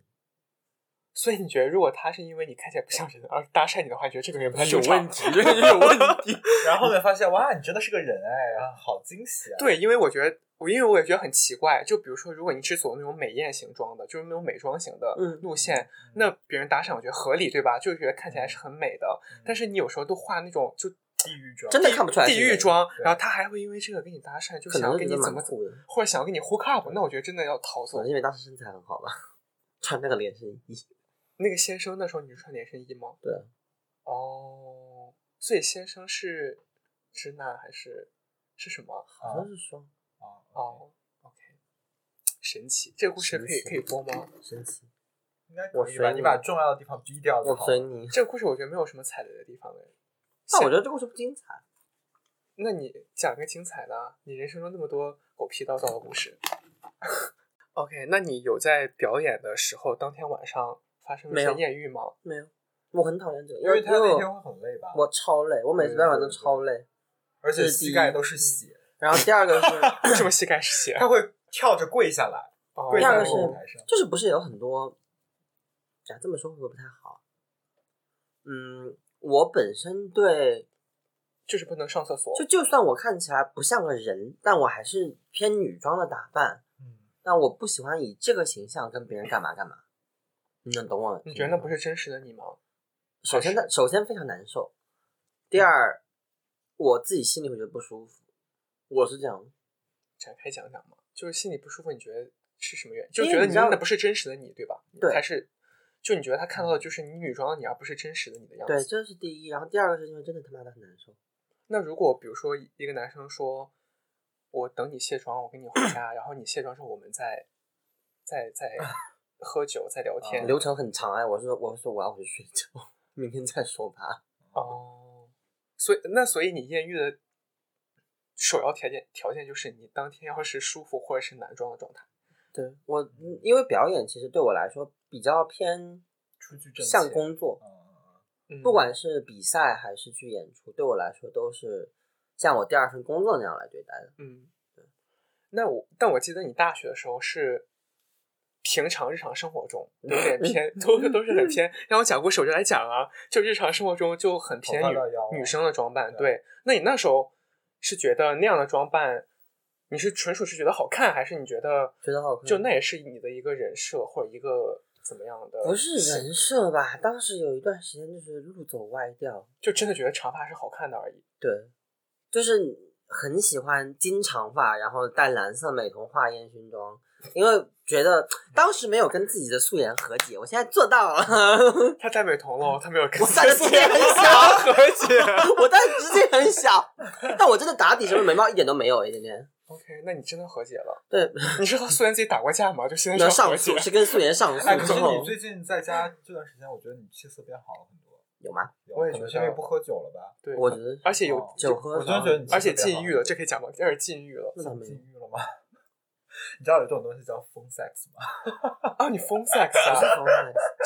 [SPEAKER 1] 所以你觉得，如果他是因为你看起来不像人而搭讪你的话，你觉得这个人不太
[SPEAKER 2] 有
[SPEAKER 1] 正常啊
[SPEAKER 2] 问题，有问题。
[SPEAKER 4] 然后后面发现哇，你真的是个人哎，啊，好惊喜啊！
[SPEAKER 1] 对，因为我觉得，我因为我也觉得很奇怪，就比如说，如果你是走那种美艳型装的，就是那种美妆型的
[SPEAKER 2] 嗯
[SPEAKER 1] 路线，那别人搭讪我觉得合理，对吧？就是觉得看起来是很美的，但是你有时候都画那种就
[SPEAKER 4] 地狱妆
[SPEAKER 2] 嗯真的看不出来是
[SPEAKER 1] 地狱
[SPEAKER 2] 人
[SPEAKER 1] 妆，
[SPEAKER 4] 对
[SPEAKER 1] 然后他还会因为这个跟你搭讪，就
[SPEAKER 2] 可
[SPEAKER 1] 想要
[SPEAKER 2] 能就
[SPEAKER 1] 跟
[SPEAKER 2] 觉
[SPEAKER 1] 你
[SPEAKER 2] 得
[SPEAKER 1] 怎
[SPEAKER 2] 蛮
[SPEAKER 1] 么
[SPEAKER 2] 酷的。
[SPEAKER 1] 或者想要跟你 hook up，那我觉得真的要逃
[SPEAKER 2] 可
[SPEAKER 1] 走
[SPEAKER 2] 能。因为当时身材很好吧，穿那个连身衣。
[SPEAKER 1] 那个先生那时候你是穿连身衣吗？
[SPEAKER 2] 对啊，
[SPEAKER 1] 哦，所以先生是直男还是是什么？
[SPEAKER 2] 好像是双
[SPEAKER 4] 啊，
[SPEAKER 1] 哦，OK，神奇，这个故事可以
[SPEAKER 2] 神奇
[SPEAKER 1] 可以播吗？
[SPEAKER 2] 神奇，
[SPEAKER 4] 应该
[SPEAKER 2] 我
[SPEAKER 4] 可以吧？
[SPEAKER 2] 随
[SPEAKER 4] 你
[SPEAKER 2] 你
[SPEAKER 4] 把重要的地方逼掉就
[SPEAKER 2] 我
[SPEAKER 4] 好了。
[SPEAKER 2] 随你。
[SPEAKER 1] 这个故事我觉得没有什么踩雷的地方哎。
[SPEAKER 2] 但我觉得这个故事不精彩，
[SPEAKER 1] 那你讲个精彩的啊，你人生中那么多狗屁叨叨的故事。OK，那你有在表演的时候，当天晚上发生了一
[SPEAKER 2] 没
[SPEAKER 1] 些
[SPEAKER 2] 有
[SPEAKER 1] 艳遇吗？
[SPEAKER 2] 没有，我很讨厌这个，
[SPEAKER 4] 因
[SPEAKER 2] 为
[SPEAKER 4] 为他那
[SPEAKER 2] 我
[SPEAKER 4] 天会很累吧，
[SPEAKER 2] 我超累，我每次在晚都
[SPEAKER 4] 对对对
[SPEAKER 2] 超累。
[SPEAKER 4] 而且
[SPEAKER 2] 这是第
[SPEAKER 4] 膝
[SPEAKER 2] 一
[SPEAKER 4] 盖都是血，
[SPEAKER 2] 然后第二 个是。
[SPEAKER 1] 为什么膝盖是 血？
[SPEAKER 4] 他会跳着跪下来，
[SPEAKER 1] 哦
[SPEAKER 4] 跪
[SPEAKER 2] 第二
[SPEAKER 4] 在
[SPEAKER 2] 个是
[SPEAKER 4] 舞台上。
[SPEAKER 2] 就是不是有很多，呀，这么说会不会不太好？嗯，我本身对，
[SPEAKER 1] 就是不能上厕所
[SPEAKER 2] 就。就算我看起来不像个人，但我还是偏女装的打扮，
[SPEAKER 4] 嗯，
[SPEAKER 2] 但我不喜欢以这个形象跟别人干嘛干嘛。你能懂我？
[SPEAKER 1] 你觉得那不？是真实的你吗？
[SPEAKER 2] 首先它，首先非常难受，
[SPEAKER 4] 嗯
[SPEAKER 2] 第二，我自己心里会觉得不舒服。我是这样，
[SPEAKER 1] 展开讲讲嘛，就是心里不舒服，你觉得是什么原因？就
[SPEAKER 2] 因为
[SPEAKER 1] 觉得
[SPEAKER 2] 你
[SPEAKER 1] 你
[SPEAKER 2] 知道
[SPEAKER 1] 那不是真实的你，对吧？
[SPEAKER 2] 对嗯
[SPEAKER 1] 还是就你觉得他看到的就是你女装的你，而不是真实的你的样子？
[SPEAKER 2] 对，这是第一。然后第二个是因为真的他妈的很难受。
[SPEAKER 1] 那如果比如说一个男生说，我等你卸妆，我跟你回家，然后你卸妆之后我们再再 再喝酒再聊天，啊
[SPEAKER 2] 流程很长哎，我说我说我要回去睡觉，明天再说吧。
[SPEAKER 1] 哦，所以那所以你艳遇的首要条件条件就是你当天要是舒服或者是男装的状态，
[SPEAKER 2] 对我，嗯因为表演其实对我来说比较偏
[SPEAKER 4] 出去挣
[SPEAKER 2] 像
[SPEAKER 4] 钱
[SPEAKER 2] 工作，
[SPEAKER 4] 嗯
[SPEAKER 1] 嗯、
[SPEAKER 2] 不管是比赛还是去演出，对我来说都是像我第二份工作那样来对待的。
[SPEAKER 1] 嗯，那我但我记得你大学的时候是。平常日常生活中都有点 偏，都都是很偏。让我讲故事我就来讲啊，就日常生活中就很偏
[SPEAKER 4] 头发
[SPEAKER 1] 女
[SPEAKER 4] 到腰啊
[SPEAKER 1] 女生的装扮。
[SPEAKER 4] 对
[SPEAKER 1] 对，那你那时候是觉得那样的装扮，你是纯属是觉得好看，还是你觉得
[SPEAKER 2] 觉得好看
[SPEAKER 1] 就那也是你的一个人设或者一个怎么样的？
[SPEAKER 2] 不是，人设吧？当时有一段时间就是路走歪掉，
[SPEAKER 1] 就真的觉得长发是好看的而已。
[SPEAKER 2] 对，就是很喜欢金长发，然后戴蓝色美瞳画烟熏妆，因为觉得当时没有跟自己的素颜和解，我现在做到了。
[SPEAKER 1] 他戴美瞳了，他没有跟
[SPEAKER 2] 嗯我戴的
[SPEAKER 1] 自己
[SPEAKER 2] 也很小
[SPEAKER 1] 和解。
[SPEAKER 2] 我当时直径很小，但我真的打底什么眉毛一点都没有，哎一点点。
[SPEAKER 1] OK，那你真的和解了？
[SPEAKER 2] 对，
[SPEAKER 1] 你是和素颜自己打过架吗？就现在
[SPEAKER 2] 能
[SPEAKER 1] 就要
[SPEAKER 2] 上
[SPEAKER 1] 和解
[SPEAKER 2] 诉？是跟素颜上诉
[SPEAKER 4] 哎，可
[SPEAKER 2] 之
[SPEAKER 4] 是
[SPEAKER 2] 后
[SPEAKER 4] 你最近在家这段时间，我觉得你气色变好了很多。
[SPEAKER 2] 有吗？
[SPEAKER 4] 有
[SPEAKER 1] 我也
[SPEAKER 4] 可
[SPEAKER 1] 觉
[SPEAKER 4] 能是
[SPEAKER 1] 得
[SPEAKER 4] 因为不喝酒了吧？
[SPEAKER 1] 对，
[SPEAKER 2] 我觉得
[SPEAKER 1] 而且有
[SPEAKER 4] 哦
[SPEAKER 2] 酒喝
[SPEAKER 4] 我真的
[SPEAKER 2] 少
[SPEAKER 4] 觉得你气色
[SPEAKER 1] 而且
[SPEAKER 4] 变好
[SPEAKER 1] 禁欲了，这可以讲吗？有点禁欲了
[SPEAKER 2] 那倒没有
[SPEAKER 4] 禁。欲了吗？ 你知道有这种东西叫疯 sex 吗？
[SPEAKER 1] 啊！你疯 sex 啊？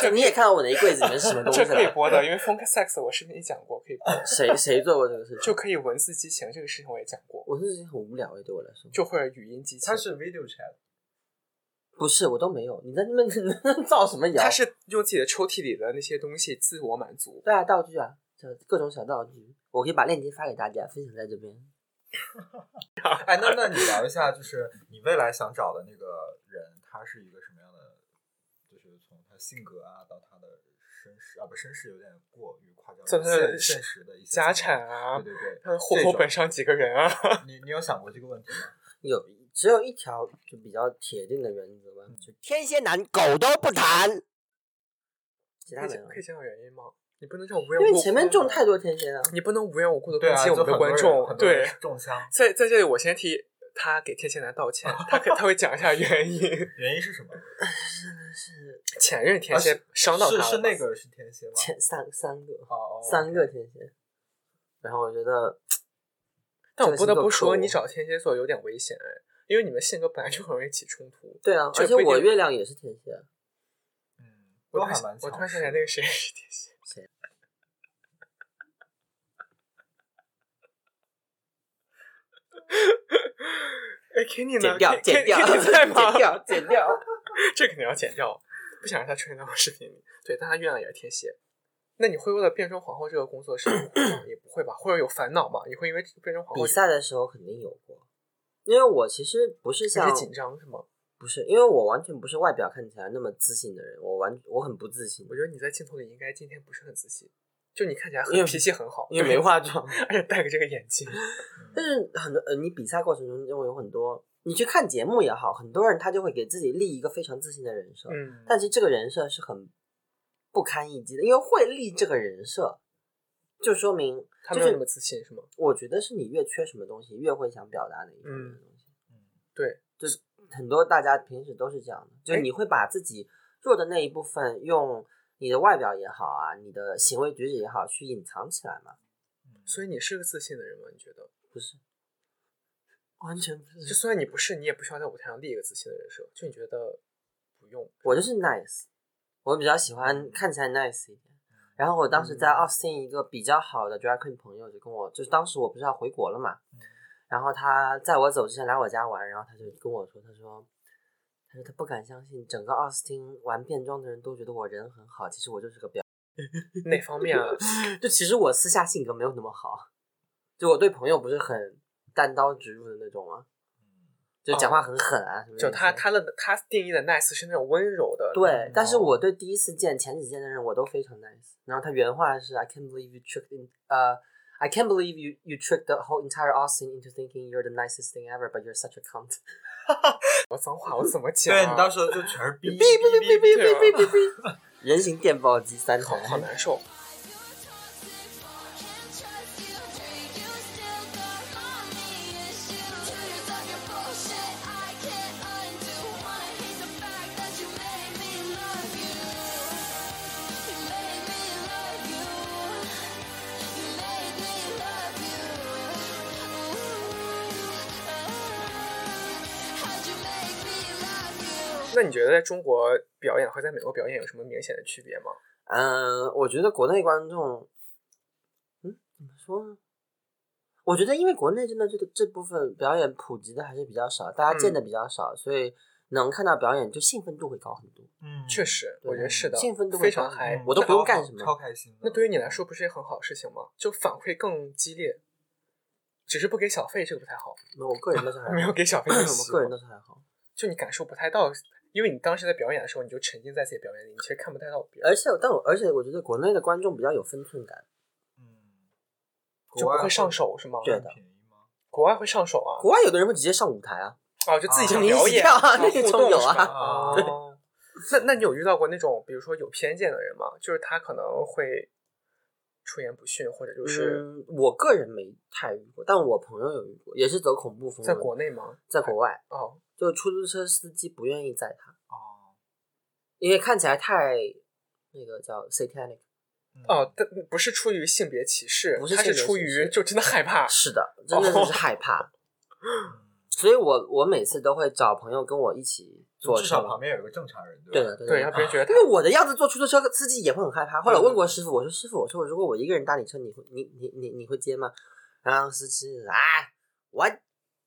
[SPEAKER 2] 就你也看到我的衣柜子里面是什么东西
[SPEAKER 1] 这可以
[SPEAKER 2] 了？
[SPEAKER 1] 播的，因为疯 sex 我视频里讲过，可以播。
[SPEAKER 2] 谁谁做过这个事情？
[SPEAKER 1] 就可以文字激情这个事情我也讲过，
[SPEAKER 2] 我是很无聊的，哎对我来说，
[SPEAKER 1] 就或者语音激情。
[SPEAKER 4] 它是 video chat，
[SPEAKER 2] 不是我都没有。你在那边 造什么谣？啊
[SPEAKER 1] 他是用自己的抽屉里的那些东西自我满足。
[SPEAKER 2] 对啊，道具啊，就各种小道具，我可以把链接发给大家，分享在这边。
[SPEAKER 4] 哎，那那你聊一下，就是你未来想找的那个人，他是一个什么样的？就是从他性格啊，到他的身世啊，不，身世有点过于夸张，
[SPEAKER 1] 从他的
[SPEAKER 4] 现现实的一些
[SPEAKER 1] 家
[SPEAKER 4] 情况
[SPEAKER 1] 产啊
[SPEAKER 4] 对对
[SPEAKER 1] 他的
[SPEAKER 4] 对，
[SPEAKER 1] 户
[SPEAKER 4] 这
[SPEAKER 1] 口
[SPEAKER 4] 种
[SPEAKER 1] 本上几个人啊？
[SPEAKER 4] 你你有想过这个问题吗？
[SPEAKER 2] 有只有一条就比较铁定的原则吧，就天蝎男狗都不谈，其他
[SPEAKER 1] 可以讲可。
[SPEAKER 2] 没有
[SPEAKER 1] 以讲讲原因吗？你不能这样无缘无
[SPEAKER 2] 因
[SPEAKER 1] 故，
[SPEAKER 2] 为前面中太多天蝎了，
[SPEAKER 1] 你不能无缘无故的
[SPEAKER 4] 对
[SPEAKER 1] 攻
[SPEAKER 4] 啊，
[SPEAKER 1] 击
[SPEAKER 4] 就
[SPEAKER 1] 我们的
[SPEAKER 4] 很多
[SPEAKER 1] 观
[SPEAKER 4] 人
[SPEAKER 1] 众。
[SPEAKER 4] 很多人
[SPEAKER 1] 对，
[SPEAKER 4] 中枪，
[SPEAKER 1] 在在这里我先替他给天蝎男道歉，他可他会讲一下原因。
[SPEAKER 4] 原因是什么？
[SPEAKER 2] 是
[SPEAKER 1] 前任天
[SPEAKER 4] 啊
[SPEAKER 1] 蝎伤到他
[SPEAKER 4] 是
[SPEAKER 1] 了，
[SPEAKER 4] 是那个是天蝎吗？
[SPEAKER 2] 前三三个，
[SPEAKER 4] 哦，
[SPEAKER 2] 三个天蝎。然后我觉得，
[SPEAKER 1] 但我不得不说，
[SPEAKER 2] 这个星座
[SPEAKER 1] 你找天蝎座有点危险哎，因为你们性格本来就很容易起冲突。
[SPEAKER 2] 对啊，
[SPEAKER 1] 这
[SPEAKER 2] 而且
[SPEAKER 1] 不一定
[SPEAKER 2] 我月亮也是天蝎，啊
[SPEAKER 4] 嗯，
[SPEAKER 1] 我
[SPEAKER 4] 都
[SPEAKER 1] 突
[SPEAKER 4] 还
[SPEAKER 1] 然
[SPEAKER 4] 蛮
[SPEAKER 1] 我突然
[SPEAKER 4] 强势
[SPEAKER 1] 想起来
[SPEAKER 4] 的
[SPEAKER 1] 那个谁是天蝎，
[SPEAKER 2] 谁？
[SPEAKER 1] 哎，Kenny 呢
[SPEAKER 2] 剪掉，
[SPEAKER 1] Ken-
[SPEAKER 2] 剪掉，
[SPEAKER 1] Ken- Kenny 在
[SPEAKER 2] 剪
[SPEAKER 1] 吗？
[SPEAKER 2] 掉，剪掉。
[SPEAKER 1] 这肯定要剪掉，不想让他出现在我视频里。对，但他月亮也是天蝎。那你会为了变成皇后这个工作是痛苦吗 也不会吧？或者有烦恼吗？你会因为变成皇后
[SPEAKER 2] 比赛的时候肯定有过，因为我其实不是
[SPEAKER 1] 你
[SPEAKER 2] 像
[SPEAKER 1] 是紧张是吗？
[SPEAKER 2] 不是，因为我完全不是外表看起来那么自信的人，我完我很不自信
[SPEAKER 1] 我，觉得你在镜头里应该今天不是很自信，就你看起来
[SPEAKER 2] 因
[SPEAKER 1] 很
[SPEAKER 2] 为
[SPEAKER 1] 脾气很好，
[SPEAKER 2] 因为
[SPEAKER 1] 对
[SPEAKER 2] 没化妆。
[SPEAKER 1] 而且戴个这个眼 镜，
[SPEAKER 2] 但是很多呃，你比赛过程中就会有很多，你去看节目也好，很多人他就会给自己立一个非常自信的人设，
[SPEAKER 1] 嗯，
[SPEAKER 2] 但其实这个人设是很不堪一击的，因为会立这个人设，就说明
[SPEAKER 1] 他
[SPEAKER 2] 就
[SPEAKER 1] 没有那
[SPEAKER 2] 是
[SPEAKER 1] 么自信，是吗？
[SPEAKER 2] 我觉得是你越缺什么东西，越会想表达哪一方面的东西。
[SPEAKER 1] 嗯对，
[SPEAKER 2] 很多大家平时都是这样的，就
[SPEAKER 1] 哎
[SPEAKER 2] 是你会把自己弱的那一部分，用你的外表也好啊，你的行为举止也好，去隐藏起来嘛。
[SPEAKER 1] 所以你是个自信的人吗？你觉得？
[SPEAKER 2] 不是，完全不。
[SPEAKER 1] 就是算你不是，你也不需要在舞台上立一个自信的人设，就你觉得不 用。
[SPEAKER 2] 我就是 nice，我比较喜欢看起来 nice 一点。然后我当时在
[SPEAKER 1] 嗯
[SPEAKER 2] 奥斯汀一个比较好的 drag queen 朋友就跟我，就是当时我不是要回国了嘛，
[SPEAKER 1] 嗯
[SPEAKER 2] 然后他在我走之前来我家玩，然后他就跟我说，他说，他说他不敢相信整个奥斯汀玩变装的人都觉得我人很好，其实我就是个婊。
[SPEAKER 1] 哪方面啊？
[SPEAKER 2] 就其实我私下性格没有那么好，就我对朋友不是很单刀直入的那种嘛，就讲话很狠啊。什么
[SPEAKER 1] 哦就
[SPEAKER 2] 那
[SPEAKER 1] 他
[SPEAKER 2] 些
[SPEAKER 1] 他的他定义的 nice 是那种温柔的，
[SPEAKER 2] 对，但是我对第一次见、前几见的人我都非常 nice。然后他原话是 "I can't believe you tricked in 呃、I can't believe you you tricked the whole entire Austin into thinking you're the nicest thing ever, but you're such a cunt."
[SPEAKER 1] 我脏话我怎么讲啊？
[SPEAKER 4] 对你到时候就全是逼逼
[SPEAKER 2] 哔哔哔哔
[SPEAKER 4] 逼
[SPEAKER 2] 哔哔哔哔哔， 人形电报机三
[SPEAKER 1] 好
[SPEAKER 2] 重。
[SPEAKER 1] 好难受。那你觉得在中国表演和在美国表演有什么明显的区别吗？
[SPEAKER 2] 嗯，我觉得国内观众，嗯，怎么说呢？我觉得因为国内真的这个这部分表演普及的还是比较少，大家见的比较少，所以能看到表演就兴奋度会高很多。
[SPEAKER 4] 嗯，
[SPEAKER 1] 确实，
[SPEAKER 2] 对
[SPEAKER 1] 我觉得是的，
[SPEAKER 2] 嗯兴奋度
[SPEAKER 1] 非常
[SPEAKER 2] 很高
[SPEAKER 1] 嗨
[SPEAKER 2] 嗯。我都不用干什么
[SPEAKER 4] 超开心的。
[SPEAKER 1] 那对于你来说，不是一个很好的事情吗？就反馈更激烈，只是不给小费，这个不太好。
[SPEAKER 2] 那我个人倒是还好
[SPEAKER 1] 没有给小费就
[SPEAKER 2] 嗯我
[SPEAKER 1] 行
[SPEAKER 2] 个人倒是还好。
[SPEAKER 1] 就你感受不太到，因为你当时在表演的时候，你就沉浸在自己表演里，你其实看不太到别人，
[SPEAKER 2] 而且，但我而且我觉得国内的观众比较有分寸感，
[SPEAKER 4] 嗯，
[SPEAKER 1] 就不会上手是吗？
[SPEAKER 2] 对的
[SPEAKER 4] 便宜吗？
[SPEAKER 1] 国外会上手啊，
[SPEAKER 2] 国外有的人会直接上舞台啊，
[SPEAKER 1] 啊，就自己
[SPEAKER 4] 啊
[SPEAKER 1] 去
[SPEAKER 4] 你
[SPEAKER 1] 表
[SPEAKER 2] 一起
[SPEAKER 1] 演，
[SPEAKER 2] 跳啊 那
[SPEAKER 1] 互
[SPEAKER 2] 种
[SPEAKER 1] 动
[SPEAKER 2] 有
[SPEAKER 1] 是
[SPEAKER 2] 啊
[SPEAKER 1] 吧
[SPEAKER 4] 啊
[SPEAKER 1] 哦，那那你有遇到过那种，比如说有偏见的人吗？就是他可能会出言不逊，或者就是
[SPEAKER 2] 嗯，我个人没太遇过，但我朋友有遇过，也是走恐怖风的，
[SPEAKER 1] 在国内吗？
[SPEAKER 2] 在国外，
[SPEAKER 1] 哦，
[SPEAKER 2] 就出租车司机不愿意载他，
[SPEAKER 4] 哦，
[SPEAKER 2] 因为看起来太那个叫 satanic。
[SPEAKER 4] 嗯
[SPEAKER 1] 哦，，但不是出于性别歧视，
[SPEAKER 2] 不是
[SPEAKER 1] 他是
[SPEAKER 2] 性别
[SPEAKER 1] 出
[SPEAKER 2] 歧
[SPEAKER 1] 于
[SPEAKER 2] 视
[SPEAKER 1] 就真的害怕。
[SPEAKER 2] 是的，真的就是害怕，
[SPEAKER 4] 嗯
[SPEAKER 2] 所以我我每次都会找朋友跟我一起坐
[SPEAKER 4] 至少
[SPEAKER 2] 车。
[SPEAKER 4] 旁边有个正常人，
[SPEAKER 2] 对
[SPEAKER 4] 吧
[SPEAKER 2] 的，？
[SPEAKER 1] 对，
[SPEAKER 2] 的
[SPEAKER 1] 让别人觉 得他
[SPEAKER 2] 因为我的样子坐出租车司机也会很害怕。后来我问过师傅，我说师傅，我说如果我一个人搭你车，你会你你你你会接吗？然后司机啊，我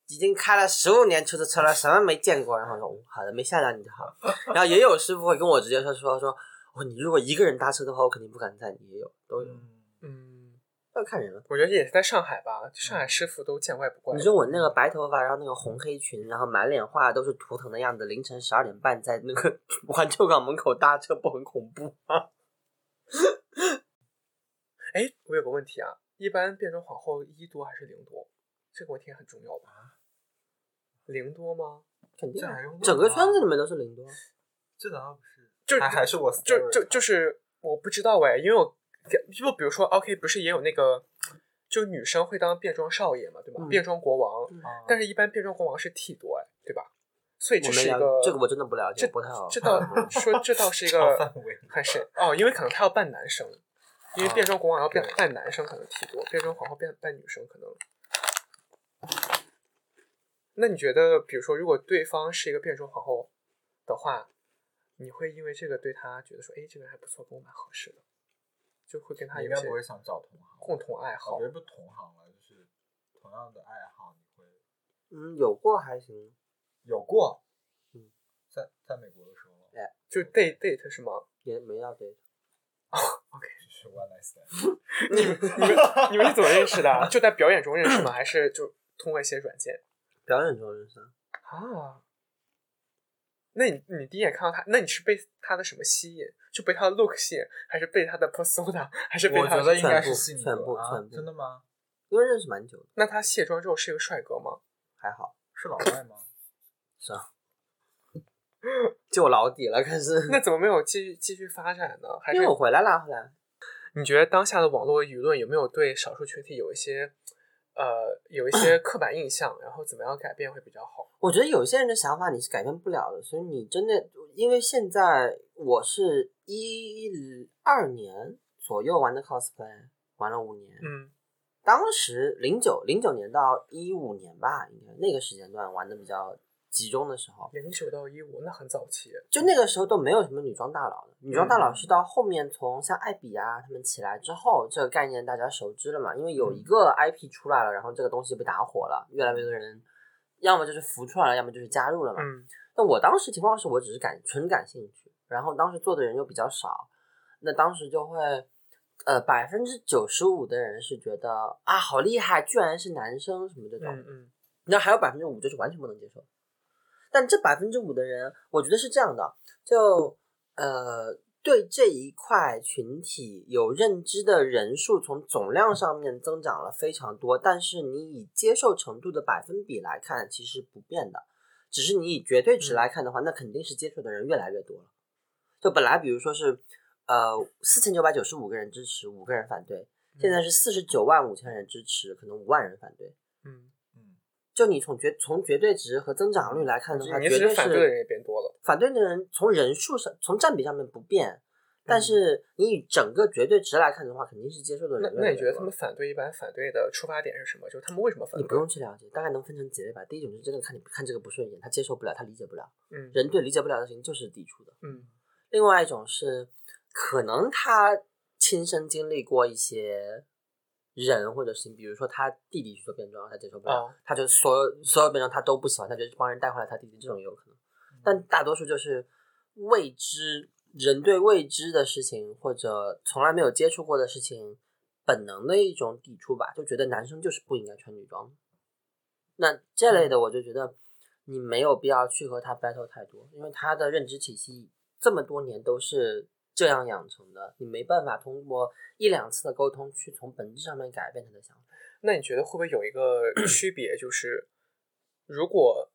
[SPEAKER 2] 已经开了十五年出租车了，什么没见过。然后我说、哦好的，没吓到你就好。然后也有师傅会跟我直接说说说，哦，你如果一个人搭车的话，我肯定不敢载你。也有都有，
[SPEAKER 4] 嗯，
[SPEAKER 1] 嗯，
[SPEAKER 2] 要看人了。
[SPEAKER 1] 我觉得也是在上海吧，上海师傅都见怪不怪。
[SPEAKER 2] 嗯你说我那个白头发，然后那个红黑裙，然后满脸画都是图腾的样子，凌晨十二点半在那个 环球港门口搭车，不很恐怖吗？
[SPEAKER 1] 哎，我有个问题啊，一般变装皇后一多还是零多？这个问题也很重要吧？零多吗？
[SPEAKER 2] 肯定
[SPEAKER 4] 这
[SPEAKER 2] 啊
[SPEAKER 4] 还用问吗
[SPEAKER 2] 整个圈子里面都是零多。
[SPEAKER 4] 这难道不是？
[SPEAKER 1] 就
[SPEAKER 4] 还还是我
[SPEAKER 1] 就就就是是我不知道哎，因为我就比如说 OK，不是也有那个，就女生会当变装少爷嘛，对吧？
[SPEAKER 2] 嗯
[SPEAKER 1] 变装国王，
[SPEAKER 4] 啊
[SPEAKER 2] 嗯
[SPEAKER 1] 但是一般变装国王是 T 多哎，对吧？所以
[SPEAKER 2] 我
[SPEAKER 1] 这
[SPEAKER 2] 没
[SPEAKER 1] 是一
[SPEAKER 2] 了
[SPEAKER 1] 个
[SPEAKER 2] 这个我真的不了解，不太好。
[SPEAKER 1] 这 倒说这倒是一
[SPEAKER 4] 大
[SPEAKER 1] 个
[SPEAKER 4] 范 围，
[SPEAKER 1] 很神哦，因为可能他要扮男生，因
[SPEAKER 4] 啊
[SPEAKER 1] 为变装国王要扮扮男生可能 T 多，变装皇后扮扮女生可能。那你觉得，比如说，如果对方是一个变装皇后的话，你会因为这个对他觉得说，哎，这个人还不错，跟我蛮合适的，就会跟他
[SPEAKER 4] 你应
[SPEAKER 1] 有
[SPEAKER 4] 该
[SPEAKER 1] 些
[SPEAKER 4] 不会想找同行，
[SPEAKER 1] 共同爱好
[SPEAKER 4] 我觉。得不同行了，就是同样的爱好，你会
[SPEAKER 2] 嗯，有过还行，
[SPEAKER 4] 有过，
[SPEAKER 2] 嗯，
[SPEAKER 4] 在在美国的时候，
[SPEAKER 2] 哎
[SPEAKER 1] 就 date date 是吗？
[SPEAKER 2] 也没要给。
[SPEAKER 4] 就是 one night stand。
[SPEAKER 1] 你们你们你们是怎么认识的 啊？就在表演中认识吗？还是就通过一些软件？
[SPEAKER 2] 表演中认识啊，
[SPEAKER 1] 啊，那你你第一眼看到他，那你是被他的什么吸引？就被他的 look 吸引，还是被他的 persona，还 是被
[SPEAKER 4] 我
[SPEAKER 1] 他
[SPEAKER 4] 觉
[SPEAKER 1] 的
[SPEAKER 4] 得应该
[SPEAKER 2] 全
[SPEAKER 4] 是
[SPEAKER 2] 部
[SPEAKER 4] 性
[SPEAKER 2] 全
[SPEAKER 4] 格
[SPEAKER 2] 部
[SPEAKER 4] 啊
[SPEAKER 2] 全，部
[SPEAKER 4] 真的吗？
[SPEAKER 2] 因为认识蛮久的，
[SPEAKER 1] 那他卸妆之后是一个帅哥吗？
[SPEAKER 2] 还好
[SPEAKER 4] 是老外吗？
[SPEAKER 2] 是啊。就老底了，可是
[SPEAKER 1] 那怎么没有继续继续发展呢？还
[SPEAKER 2] 因
[SPEAKER 1] 是
[SPEAKER 2] 为我回来了，后来
[SPEAKER 1] 你觉得当下的网络舆论有没有对少数群体有一些呃有一些刻板印象？然后怎么样改变会比较好？
[SPEAKER 2] 我觉得有些人的想法你是改变不了的，所以你真的，因为现在我是一二年左右玩的 cosplay，玩了五年，
[SPEAKER 1] 嗯
[SPEAKER 2] 当时零九零九年到一五年吧，应该那个时间段玩的比较集中的时候，
[SPEAKER 1] 零九到一五那很早期，
[SPEAKER 2] 就那个时候都没有什么女装大佬的，女装大佬
[SPEAKER 1] 嗯
[SPEAKER 2] 是到后面从像艾比啊他们起来之后，这个概念大家熟知了嘛，因为有
[SPEAKER 1] 嗯
[SPEAKER 2] 一个 IP 出来了，然后这个东西被打火了，越来越多人要么就是浮出来了，要么就是加入了嘛。
[SPEAKER 1] 嗯
[SPEAKER 2] 那我当时情况是我只是感纯感兴趣，然后当时做的人又比较少，那当时就会，呃，百分之九十五的人是觉得啊好厉害，居然是男生什么这种，
[SPEAKER 1] 嗯嗯
[SPEAKER 2] 那还有百分之五就是完全不能接受。但这百分之五的人，我觉得是这样的，就呃，对这一块群体有认知的人数从总量上面增长了非常多，但是你以接受程度的百分比来看，其实不变的。只是你以绝对值来看的话，那肯定是接触的人越来越多了。就本来比如说是呃四千九百九十五个人支持，五个人反对，现在是四十九万五千人支持，可能五万人反对。
[SPEAKER 1] 嗯，
[SPEAKER 4] 嗯，
[SPEAKER 2] 就你从绝从绝对值和增长率来看的话，
[SPEAKER 1] 你
[SPEAKER 2] 绝
[SPEAKER 1] 只
[SPEAKER 2] 对
[SPEAKER 1] 是
[SPEAKER 2] 是
[SPEAKER 1] 反对的人也变多了，
[SPEAKER 2] 反对的人从人数上从占比上面不变，
[SPEAKER 1] 嗯
[SPEAKER 2] 但是你以整个绝对值来看的话，肯定是接受的
[SPEAKER 1] 那
[SPEAKER 2] 人越
[SPEAKER 1] 那
[SPEAKER 2] 来越多
[SPEAKER 1] 你觉
[SPEAKER 2] 了。
[SPEAKER 1] 得他们反对一般反对的出发点是什么？就是他们为什么反
[SPEAKER 2] 你
[SPEAKER 1] 对？
[SPEAKER 2] 不用去了解，大概能分成几类吧。第一种是真的看你看这个不顺眼，他接受不了，他理解不了。
[SPEAKER 1] 嗯
[SPEAKER 2] 人对理解不了的事情就是抵触的。
[SPEAKER 1] 嗯
[SPEAKER 2] 另外一种是，可能他亲身经历过一些人或者事情，比如说他弟弟去做变装，他接受不了，
[SPEAKER 1] 哦
[SPEAKER 2] 他就所有所有变装他都不喜欢，他觉得这帮人带坏了他弟弟，这种也有可能。但大多数就是未知，人对未知的事情或者从来没有接触过的事情，本能的一种抵触吧，就觉得男生就是不应该穿女装。那这类的，我就觉得你没有必要去和他 battle 太多，因为他的认知体系这么多年都是这样养成的，你没办法通过一两次的沟通去从本质上面改变他的想法。
[SPEAKER 1] 那你觉得会不会有一 个区别，就是如果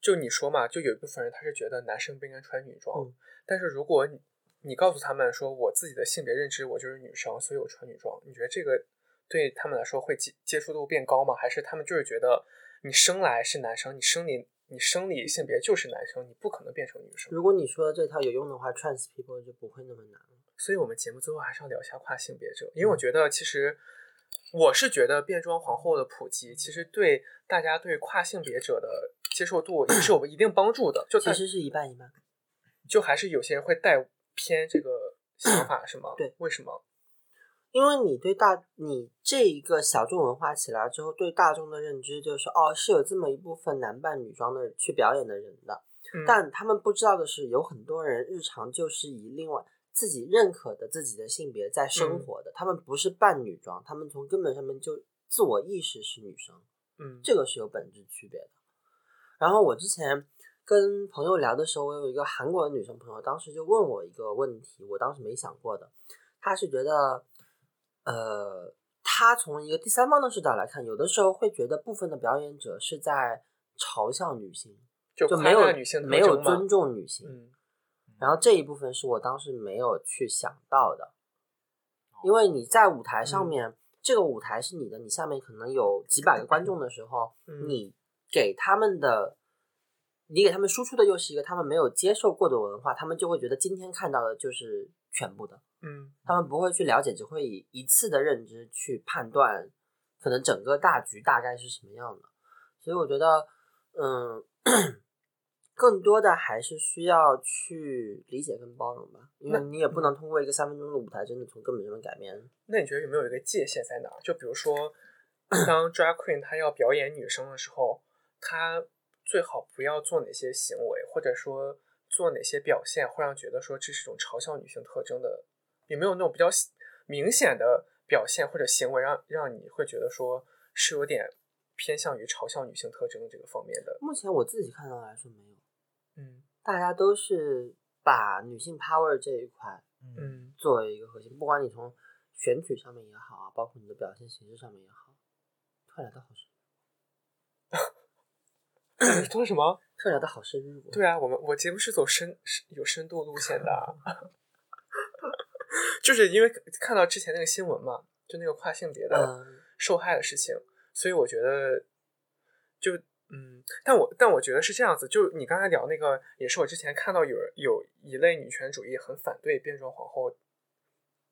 [SPEAKER 1] 就你说嘛，就有一部分人他是觉得男生不应该穿女装，
[SPEAKER 2] 嗯
[SPEAKER 1] 但是如果你你告诉他们说我自己的性别认知我就是女生，所以我穿女装，你觉得这个对他们来说会接接触度变高吗？还是他们就是觉得你生来是男生，你生理你生理性别就是男生，你不可能变成女生？
[SPEAKER 2] 如果你说的这套有用的话，trans people 就不会那么难了。
[SPEAKER 1] 所以我们节目最后还是要聊一下跨性别者，
[SPEAKER 2] 嗯
[SPEAKER 1] 因为我觉得其实我是觉得变装皇后的普及，其实对大家对跨性别者的接受度也是有一定帮助的。就
[SPEAKER 2] 其
[SPEAKER 1] 他
[SPEAKER 2] 实是一半一半。
[SPEAKER 1] 就还是有些人会带偏这个想法，是吗？
[SPEAKER 2] 对，
[SPEAKER 1] 为什么？
[SPEAKER 2] 因为你对大你这一个小众文化起来之后，对大众的认知就是哦，是有这么一部分男扮女装的去表演的人的，
[SPEAKER 1] 嗯
[SPEAKER 2] 但他们不知道的是，有很多人日常就是以另外自己认可的自己的性别在生活的，他们不是扮女装，他们从根本上面就自我意识是女生。
[SPEAKER 1] 嗯，
[SPEAKER 2] 这个是有本质区别的。然后我之前跟朋友聊的时候，我有一个韩国的女生朋友，当时就问我一个问题，我当时没想过的。她是觉得，呃，她从一个第三方的视角来看，有的时候会觉得部分的表演者是在嘲笑女性，
[SPEAKER 1] 就
[SPEAKER 2] 就
[SPEAKER 1] 夸
[SPEAKER 2] 没有
[SPEAKER 1] 大女性特
[SPEAKER 2] 没有
[SPEAKER 1] 征嘛
[SPEAKER 2] 尊重女性。
[SPEAKER 1] 嗯
[SPEAKER 2] 然后这一部分是我当时没有去想到的，因为你在舞台
[SPEAKER 1] 嗯
[SPEAKER 2] 上面，这个舞台是你的，你下面可能有几百个观众的时候，
[SPEAKER 1] 嗯
[SPEAKER 2] 你给他们的，你给他们输出的又是一个他们没有接受过的文化，他们就会觉得今天看到的就是全部的，
[SPEAKER 1] 嗯
[SPEAKER 2] 他们不会去了解，只会以一次的认知去判断，可能整个大局大概是什么样的。所以我觉得，嗯， 更多的还是需要去理解跟包容吧，因为
[SPEAKER 1] 那嗯
[SPEAKER 2] 你也不能通过一个三分钟的舞台，真的从根本上面改变。
[SPEAKER 1] 那你觉得有没有一个界限在哪儿？就比如说，当 drag queen 她要表演女生的时候，她最好不要做哪些行为，或者说做哪些表现，会让觉得说这是一种嘲笑女性特征的？有没有那种比较喜明显的表现或者行为让，让你会觉得说是有点偏向于嘲笑女性特征这个方面的？
[SPEAKER 2] 目前我自己看到来说没有，
[SPEAKER 1] 嗯
[SPEAKER 2] 大家都是把女性 power 这一块
[SPEAKER 4] 嗯
[SPEAKER 1] 嗯
[SPEAKER 2] 作为一个核心，不管你从选取上面也好啊，包括你的表现形式上面也好，突然聊得好深，，
[SPEAKER 1] 你说什么？
[SPEAKER 2] 突然聊得好深入。
[SPEAKER 1] 对啊，我们我节目是走深是有深度路线的啊，啊 就是因为看到之前那个新闻嘛，就那个跨性别的
[SPEAKER 2] 嗯，
[SPEAKER 1] 受害的事情，所以我觉得就嗯，但我但我觉得是这样子，就你刚才聊那个，也是我之前看到有人有一类女权主义很反对变装皇后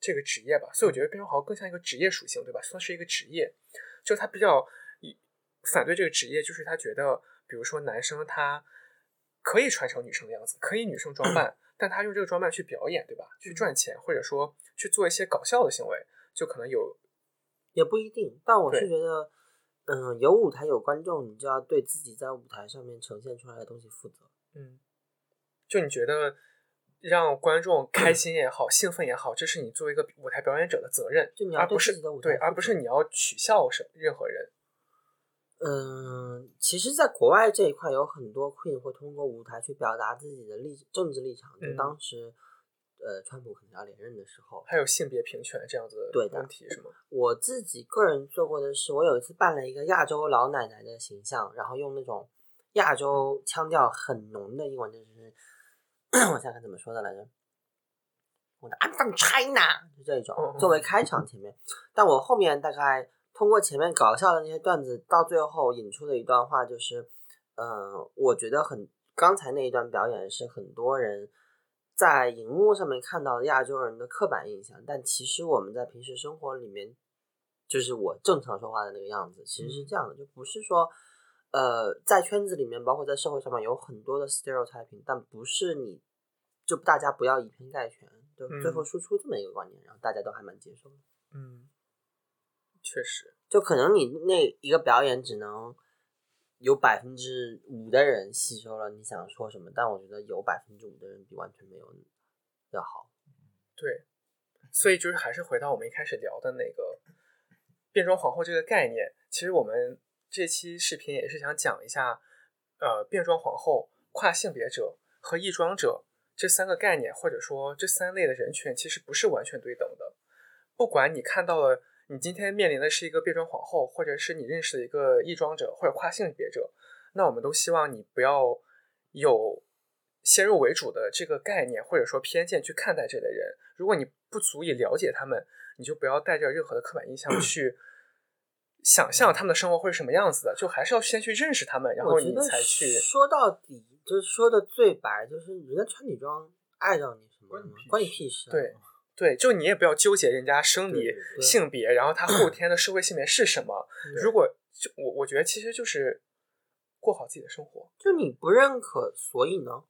[SPEAKER 1] 这个职业吧，所以我觉得变装皇后更像一个职业属性，对吧？算是一个职业，就他比较一反对这个职业，就是他觉得，比如说男生他可以穿成女生的样子，可以女生装扮，但他用这个装扮去表演，对吧？去赚钱，或者说去做一些搞笑的行为，就可能有
[SPEAKER 2] 也不一定，但我
[SPEAKER 1] 对
[SPEAKER 2] 是觉得，嗯，有舞台有观众，你就要对自己在舞台上面呈现出来的东西负责。
[SPEAKER 1] 嗯，就你觉得让观众开心也好，兴奋也好，这是你作为一个舞台表演者的责任，
[SPEAKER 2] 就你要
[SPEAKER 1] 而
[SPEAKER 2] 对
[SPEAKER 1] 不
[SPEAKER 2] 自
[SPEAKER 1] 是
[SPEAKER 2] 己的舞台
[SPEAKER 1] 对，而
[SPEAKER 2] 负
[SPEAKER 1] 不是
[SPEAKER 2] 责
[SPEAKER 1] 你要取笑什任何人。
[SPEAKER 2] 嗯，其实，在国外这一块有很多 queen 会通过舞台去表达自己的立政治立场。就
[SPEAKER 1] 嗯
[SPEAKER 2] 当时，呃，川普可能要连任的时候，
[SPEAKER 1] 还有性别平权这样子
[SPEAKER 2] 对的
[SPEAKER 1] 问题是吗？
[SPEAKER 2] 我自己个人做过的是，我有一次扮了一个亚洲老奶奶的形象，然后用那种亚洲腔调很浓的英文，就是 我想看怎么说的来着，我的 I'm from China 就这种
[SPEAKER 1] 嗯嗯
[SPEAKER 2] 作为开场前面，但我后面大概通过前面搞笑的那些段子，到最后引出的一段话就是，嗯、我觉得很刚才那一段表演是很多人在荧幕上面看到的亚洲人的刻板印象，但其实我们在平时生活里面，就是我正常说话的那个样子，其实是这样的，就不是说。呃，在圈子里面，包括在社会上面，有很多的 stereotyping，但不是你，就大家不要以偏概全，就最
[SPEAKER 1] 嗯
[SPEAKER 2] 后输出这么一个观念，然后大家都还蛮接受的。
[SPEAKER 1] 嗯，确实，
[SPEAKER 2] 就可能你那一个表演只能有百分之五的人吸收了你想说什么，但我觉得有百分之五的人比完全没有要好。
[SPEAKER 1] 对，所以就是还是回到我们一开始聊的那个变装皇后这个概念。其实我们这期视频也是想讲一下，呃，变装皇后、跨性别者和异装者这三个概念，或者说这三类的人群，其实不是完全对等的。不管你看到了，你今天面临的是一个变装皇后，或者是你认识的一个异装者或者跨性别者，那我们都希望你不要有先入为主的这个概念或者说偏见去看待这类人。如果你不足以了解他们，你就不要带着任何的刻板印 象去想象他们的生活会是什么样子的，就还是要先去认识他们，然后
[SPEAKER 2] 我觉
[SPEAKER 1] 你
[SPEAKER 2] 得
[SPEAKER 1] 才去。
[SPEAKER 2] 说到底，就是说的最白，就是人家穿女装碍到你什么了吗？关
[SPEAKER 4] 关
[SPEAKER 2] 你
[SPEAKER 4] 你
[SPEAKER 2] 屁
[SPEAKER 4] 屁
[SPEAKER 2] 事啊。
[SPEAKER 1] 对对，就你也不要纠结人家生
[SPEAKER 4] 对
[SPEAKER 1] 理
[SPEAKER 4] 对
[SPEAKER 2] 对
[SPEAKER 1] 性别，然后他后天的社会性别是什么。
[SPEAKER 2] 对
[SPEAKER 1] 如果就我我觉得其实就是过好自己的生活。
[SPEAKER 2] 就你不认可，所以呢？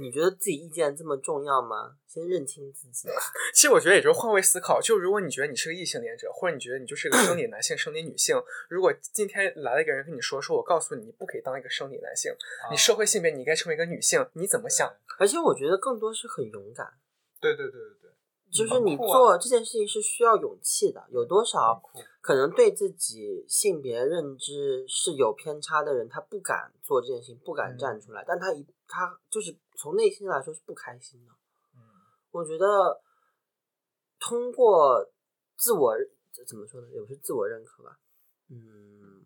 [SPEAKER 2] 你觉得自己意见这么重要吗？先认清自 己吧。
[SPEAKER 1] 其实我觉得也就是换位思考，就如果你觉得你是个异性恋者，或者你觉得你就是个生理男性、生理女性，如果今天来了一个人跟你说，说我告诉你，你不可以当一个生理男性，
[SPEAKER 4] 啊
[SPEAKER 1] 你社会性别你应该成为一个女性，你怎么想？
[SPEAKER 2] 而且我觉得更多是很勇敢，
[SPEAKER 4] 对对对对对，
[SPEAKER 2] 就是
[SPEAKER 4] 很
[SPEAKER 2] 你
[SPEAKER 4] 酷啊
[SPEAKER 2] 做这件事情是需要勇气的。有多
[SPEAKER 4] 很
[SPEAKER 2] 少
[SPEAKER 4] 酷啊
[SPEAKER 2] 可能对自己性别认知是有偏差的人，他不敢做这件事情，不敢
[SPEAKER 4] 嗯
[SPEAKER 2] 站出来，但他一他就是从内心来说是不开心的。
[SPEAKER 4] 嗯，
[SPEAKER 2] 我觉得通过自我怎么说呢，也不是自我认可吧，嗯，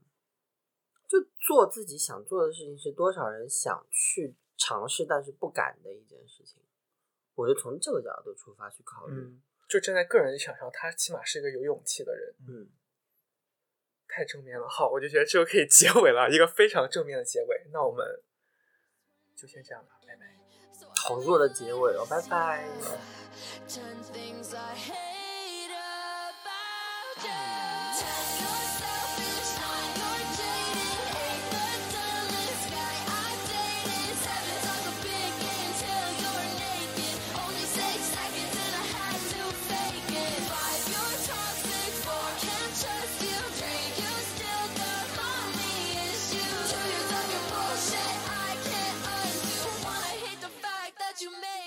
[SPEAKER 2] 就做自己想做的事情，是多少人想去尝试但是不敢的一件事情。我就从这个角度出发去考虑，
[SPEAKER 1] 嗯，就站在个人立场上，他起码是一个有勇气的人。
[SPEAKER 2] 嗯，
[SPEAKER 1] 太正面了，好，我就觉得这就可以结尾了，一个非常正面的结尾。那我们就先这样吧，拜拜。
[SPEAKER 2] 好弱的结尾哦，拜拜。
[SPEAKER 3] Ten things I hate about you. Tell yourself each night you're jaded. Ain't the dullest guy I dated. Seven times a big until you're naked. Only six seconds and I had to fake it. Five, you're toxic. Four, can't trust you. Three, you still got mommy issues. Two, you love your bullshit. I can't undo. One, I hate the fact that you made.